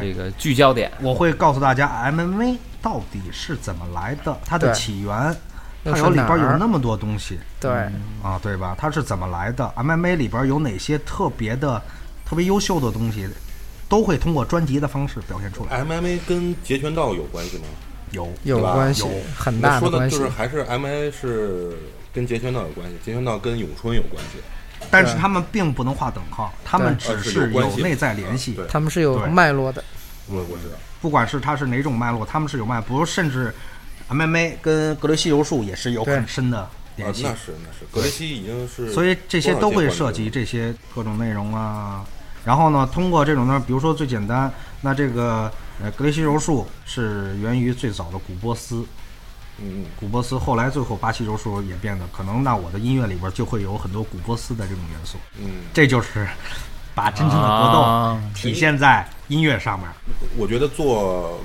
S3: 这个聚焦点。
S5: 我会告诉大家 MMA 到底是怎么来的，它的
S3: 对
S5: 起源，
S3: 又
S5: 它
S3: 是
S5: 有里边
S3: 哪儿
S5: 有那么多东西，
S2: 对
S5: 嗯啊，对吧？它是怎么来的？MMA 里边有哪些特别的、特别优秀的东西，都会通过专辑的方式表现出来。
S7: MMA 跟截拳道有关系吗？
S5: 有
S2: 哎有
S7: 对吧
S2: 关系
S7: 有
S2: 很大的
S7: 那说
S2: 关
S7: 的
S2: 系
S7: 就是还是 MMA 是跟截拳道有关系，截拳道跟咏春有关系。
S5: 但是他们并不能划等号，他们
S7: 对
S5: 只
S7: 呃是有
S5: 是
S7: 关
S5: 有
S7: 系
S5: 内在联系，
S2: 他们是有
S5: 对
S2: 脉络的，
S7: 我我知道。
S5: 不管是它是哪种脉络，他们是有脉，比如甚至 MMA 跟格雷西柔术也是有很深的联系。
S7: 啊那是那是格雷西已经是
S5: 所以这些都会涉及
S7: 多少届冠军
S5: 这
S7: 了
S5: 些各种内容啊。然后呢，通过这种呢，比如说最简单，那这个呃格雷西柔术是源于最早的古波斯，
S7: 嗯，
S5: 古波斯后来最后巴西柔术演变的，可能那我的音乐里边就会有很多古波斯的这种元素。
S7: 嗯，
S5: 这就是 把真正的格斗
S7: 啊
S5: 体现在音乐上面。
S7: 我觉得做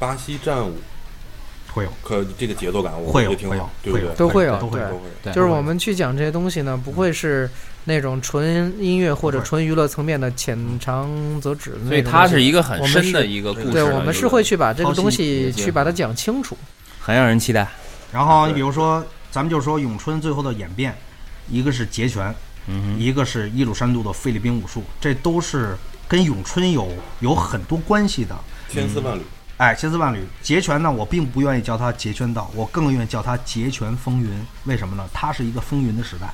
S7: 巴西战舞
S5: 会有，
S7: 可这个节奏感我
S5: 会
S7: 觉得
S5: 有
S7: 挺
S5: 会有
S7: 好，对不对？
S2: 都会有，
S7: 都会都
S2: 对，
S7: 会。
S2: 就是我们去讲这些东西呢，不
S3: 嗯
S2: 会是那种纯音乐或者纯娱乐层面的浅尝辄止的那种东西。
S3: 所以它是一个很
S2: 我们是
S3: 深的一个故事
S2: 对，
S3: 的
S2: 我们
S3: 一
S2: 是
S3: 个
S2: 会去把这个
S3: 剖析
S2: 东西
S3: 也是
S2: 去把它讲清楚。
S3: 很让人期待。
S5: 然后你比如说，咱们就说咏春最后的演变，一个是截拳，一个是伊鲁山度的菲律宾武术，这都是跟咏春有有很多关系的。
S7: 千丝万缕。
S5: 哎，千丝万缕。截拳呢，我并不愿意叫它截拳道，我更愿意叫它截拳风云。为什么呢？它是一个风云的时代，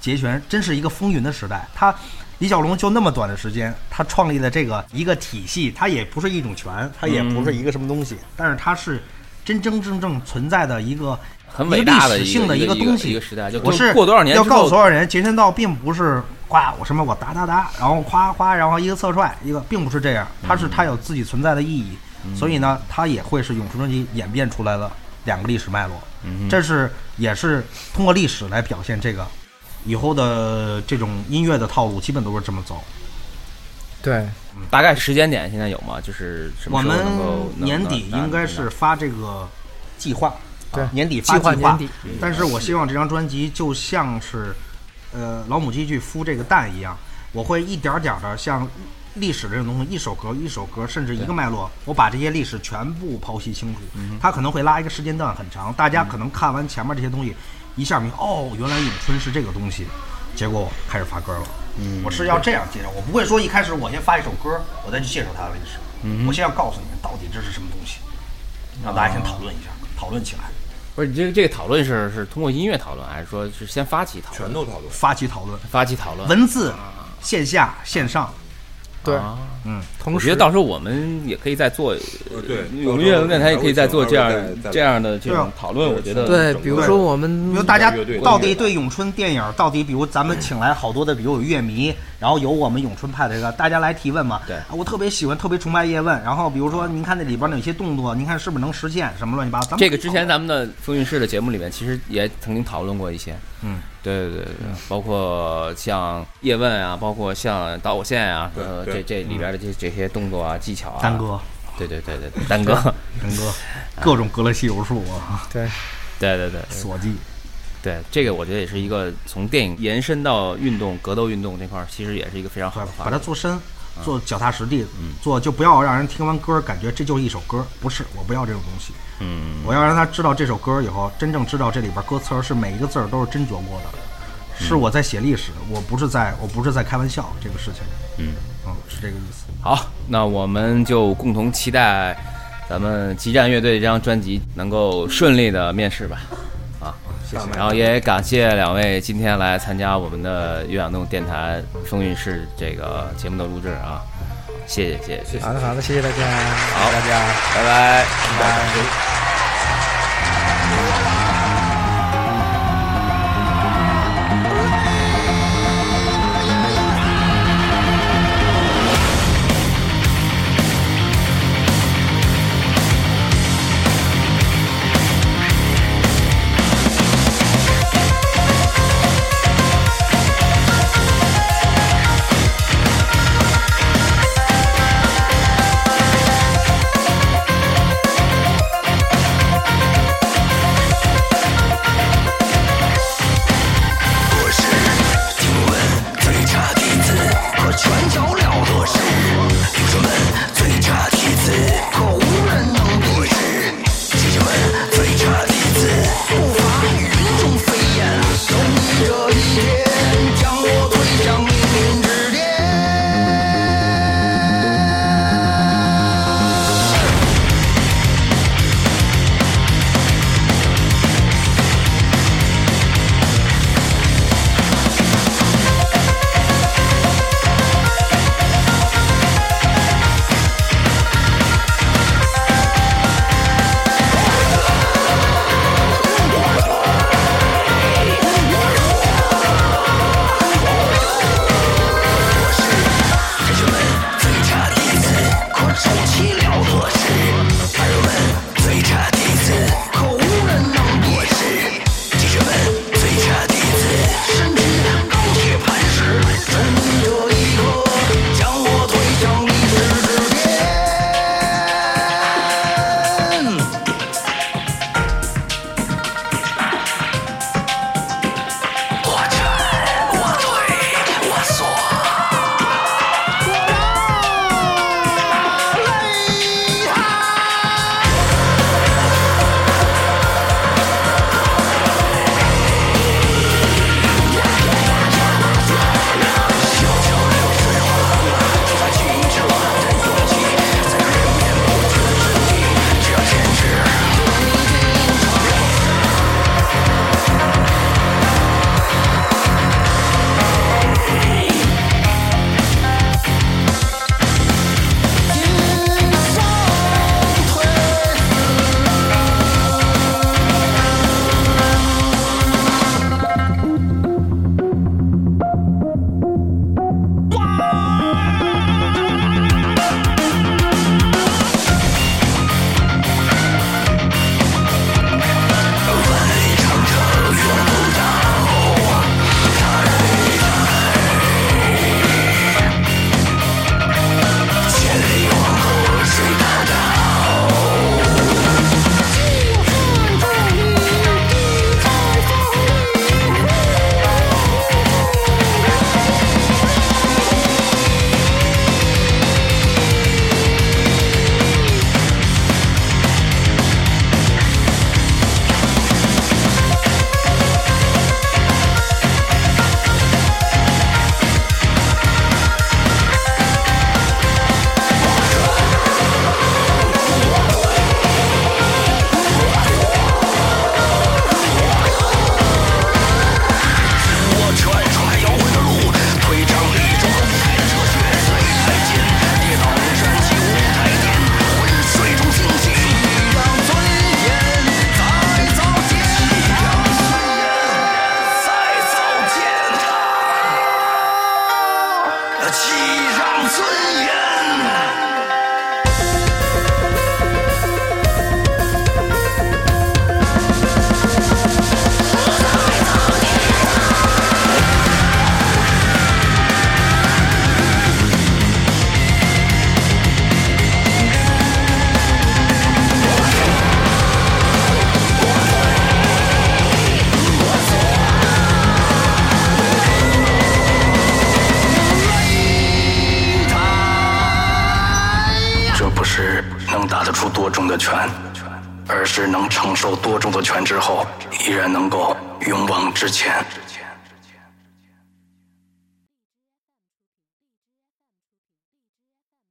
S5: 截拳真是一个风云的时代。它李小龙就那么短的时间，他创立了这个一个体系，它也不是一种拳，它也不是一个什么东西，但是它是真真正正存在的一个
S3: 很伟大的
S5: 一个历史
S3: 一
S5: 性
S3: 个
S5: 的
S3: 一个
S5: 东
S3: 一
S5: 西
S3: 个时代就
S5: 我
S3: 就是过多少年
S5: 要
S3: 之
S5: 告
S3: 后
S5: 诉所有人，截拳道并不是夸我什么我打打打，然后夸夸，然后一个侧踹一个，并不是这样，它是它有自己存在的意义，
S16: 嗯
S5: 所以呢，它也会是咏春专辑演变出来了两个历史脉络，
S16: 嗯
S5: 这是也是通过历史来表现这个以后的这种音乐的套路，基本都是这么走。
S2: 对，
S3: 大概时间点现在有吗？就是什么
S5: 我
S3: 时候
S5: 们
S3: 能够能
S5: 年底
S3: 能
S5: 应该是发这个计划，啊
S2: 对
S5: 年底发
S2: 计划
S5: 计划
S2: 年底嗯。
S5: 但是我希望这张专辑就像是，呃，老母鸡去孵这个蛋一样，我会一点点的像历史这种东西，一首歌一首歌，甚至一个脉络，我把这些历史全部剖析清楚。
S2: 嗯
S5: 它可能会拉一个时间段很长，大家可能看完前面这些东西，一下明白哦，原来咏春是这个东西，结果我开始发歌了。
S16: 嗯
S5: 我是要这样介绍，我不会说一开始我先发一首歌，我再去介绍它的历史。
S16: 嗯
S5: 我先要告诉你们到底这是什么东西，让大家先讨论一下，讨论起来，
S3: 不是你这个这个讨论是是通过音乐讨论，还是说是先发起讨论？全
S7: 都讨论，
S5: 发起讨论，
S3: 发起讨论，
S5: 文字、线下、线上。
S2: 对，
S5: 嗯，
S2: 同
S3: 啊我觉得到时候我们也可以再做，
S7: 对
S3: 我们乐动电台也可以再做这样
S7: 到时候还会再
S3: 这样的这
S5: 对
S3: 种
S5: 啊
S3: 讨论。我觉得
S2: 对比如说我们
S5: 比如大家
S2: 乐队
S5: 到底嗯对咏春电影到底，比如咱们请来好多的，比如有乐迷，然后有我们咏春派的这个，大家来提问嘛。对，我特别喜欢，特别崇拜叶问。然后比如说，您看那里边哪些动作，您看是不是能实现什么乱七八糟？咱们
S3: 这个之前咱们的风云室的节目里面，其实也曾经讨论过一些。
S5: 嗯，
S3: 对对对对，包括像叶问啊，包括像导火线啊，呃，这
S5: 对
S3: 这里边的这这些动作啊、技巧啊，
S5: 丹哥，
S3: 对对对对对，丹哥，
S5: 丹哥，各种格勒西柔术啊，
S2: 对，
S3: 对对对，
S5: 锁技。
S3: 对，这个我觉得也是一个从电影延伸到运动、格斗运动这块儿，其实也是一个非常好的话
S5: 把
S3: 题。
S5: 它做深
S3: 嗯，
S5: 做脚踏实地，做就不要让人听完歌感觉这就是一首歌，不是，我不要这种东西，
S3: 嗯，
S5: 我要让他知道这首歌以后，真正知道这里边歌词儿是每一个字儿都是真琢磨的，
S3: 嗯
S5: 是我在写历史，我不是在我不是在开玩笑这个事情，
S3: 嗯
S5: 嗯，是这个意思。
S3: 好，那我们就共同期待咱们激战乐队这张专辑能够顺利的面试吧。啊，
S5: 谢谢
S3: 然后也感谢两位今天来参加我们的岳阳洞电台风云室这个节目的录制啊，谢谢谢谢，
S2: 好的好的，谢谢大家，
S3: 好，
S2: 大家
S3: 拜拜，
S2: 拜拜。
S12: 我是听闻最差弟子和拳脚了得是领袖们最差弟子可无人能敌视，学生们最差弟子步伐云中飞燕，都逆着一天将我推向命运之巅。最差弟子，可出其了得是孩儿们最差弟子，可无人能敌视。记者们最差弟子，身居高铁磐石，正义这一刻将我推向历史之巅。我拳，我腿，我锁。千里黄河水滔滔。我穿插摇滚的路，推上一种开车血随太近，跌倒山起舞台巅，浑水中清醒，让尊严再造剑，让尊严再造剑，岂让尊严？这不是能打得出多重的拳，而是能承受多重的拳之后，依然能够勇往直前。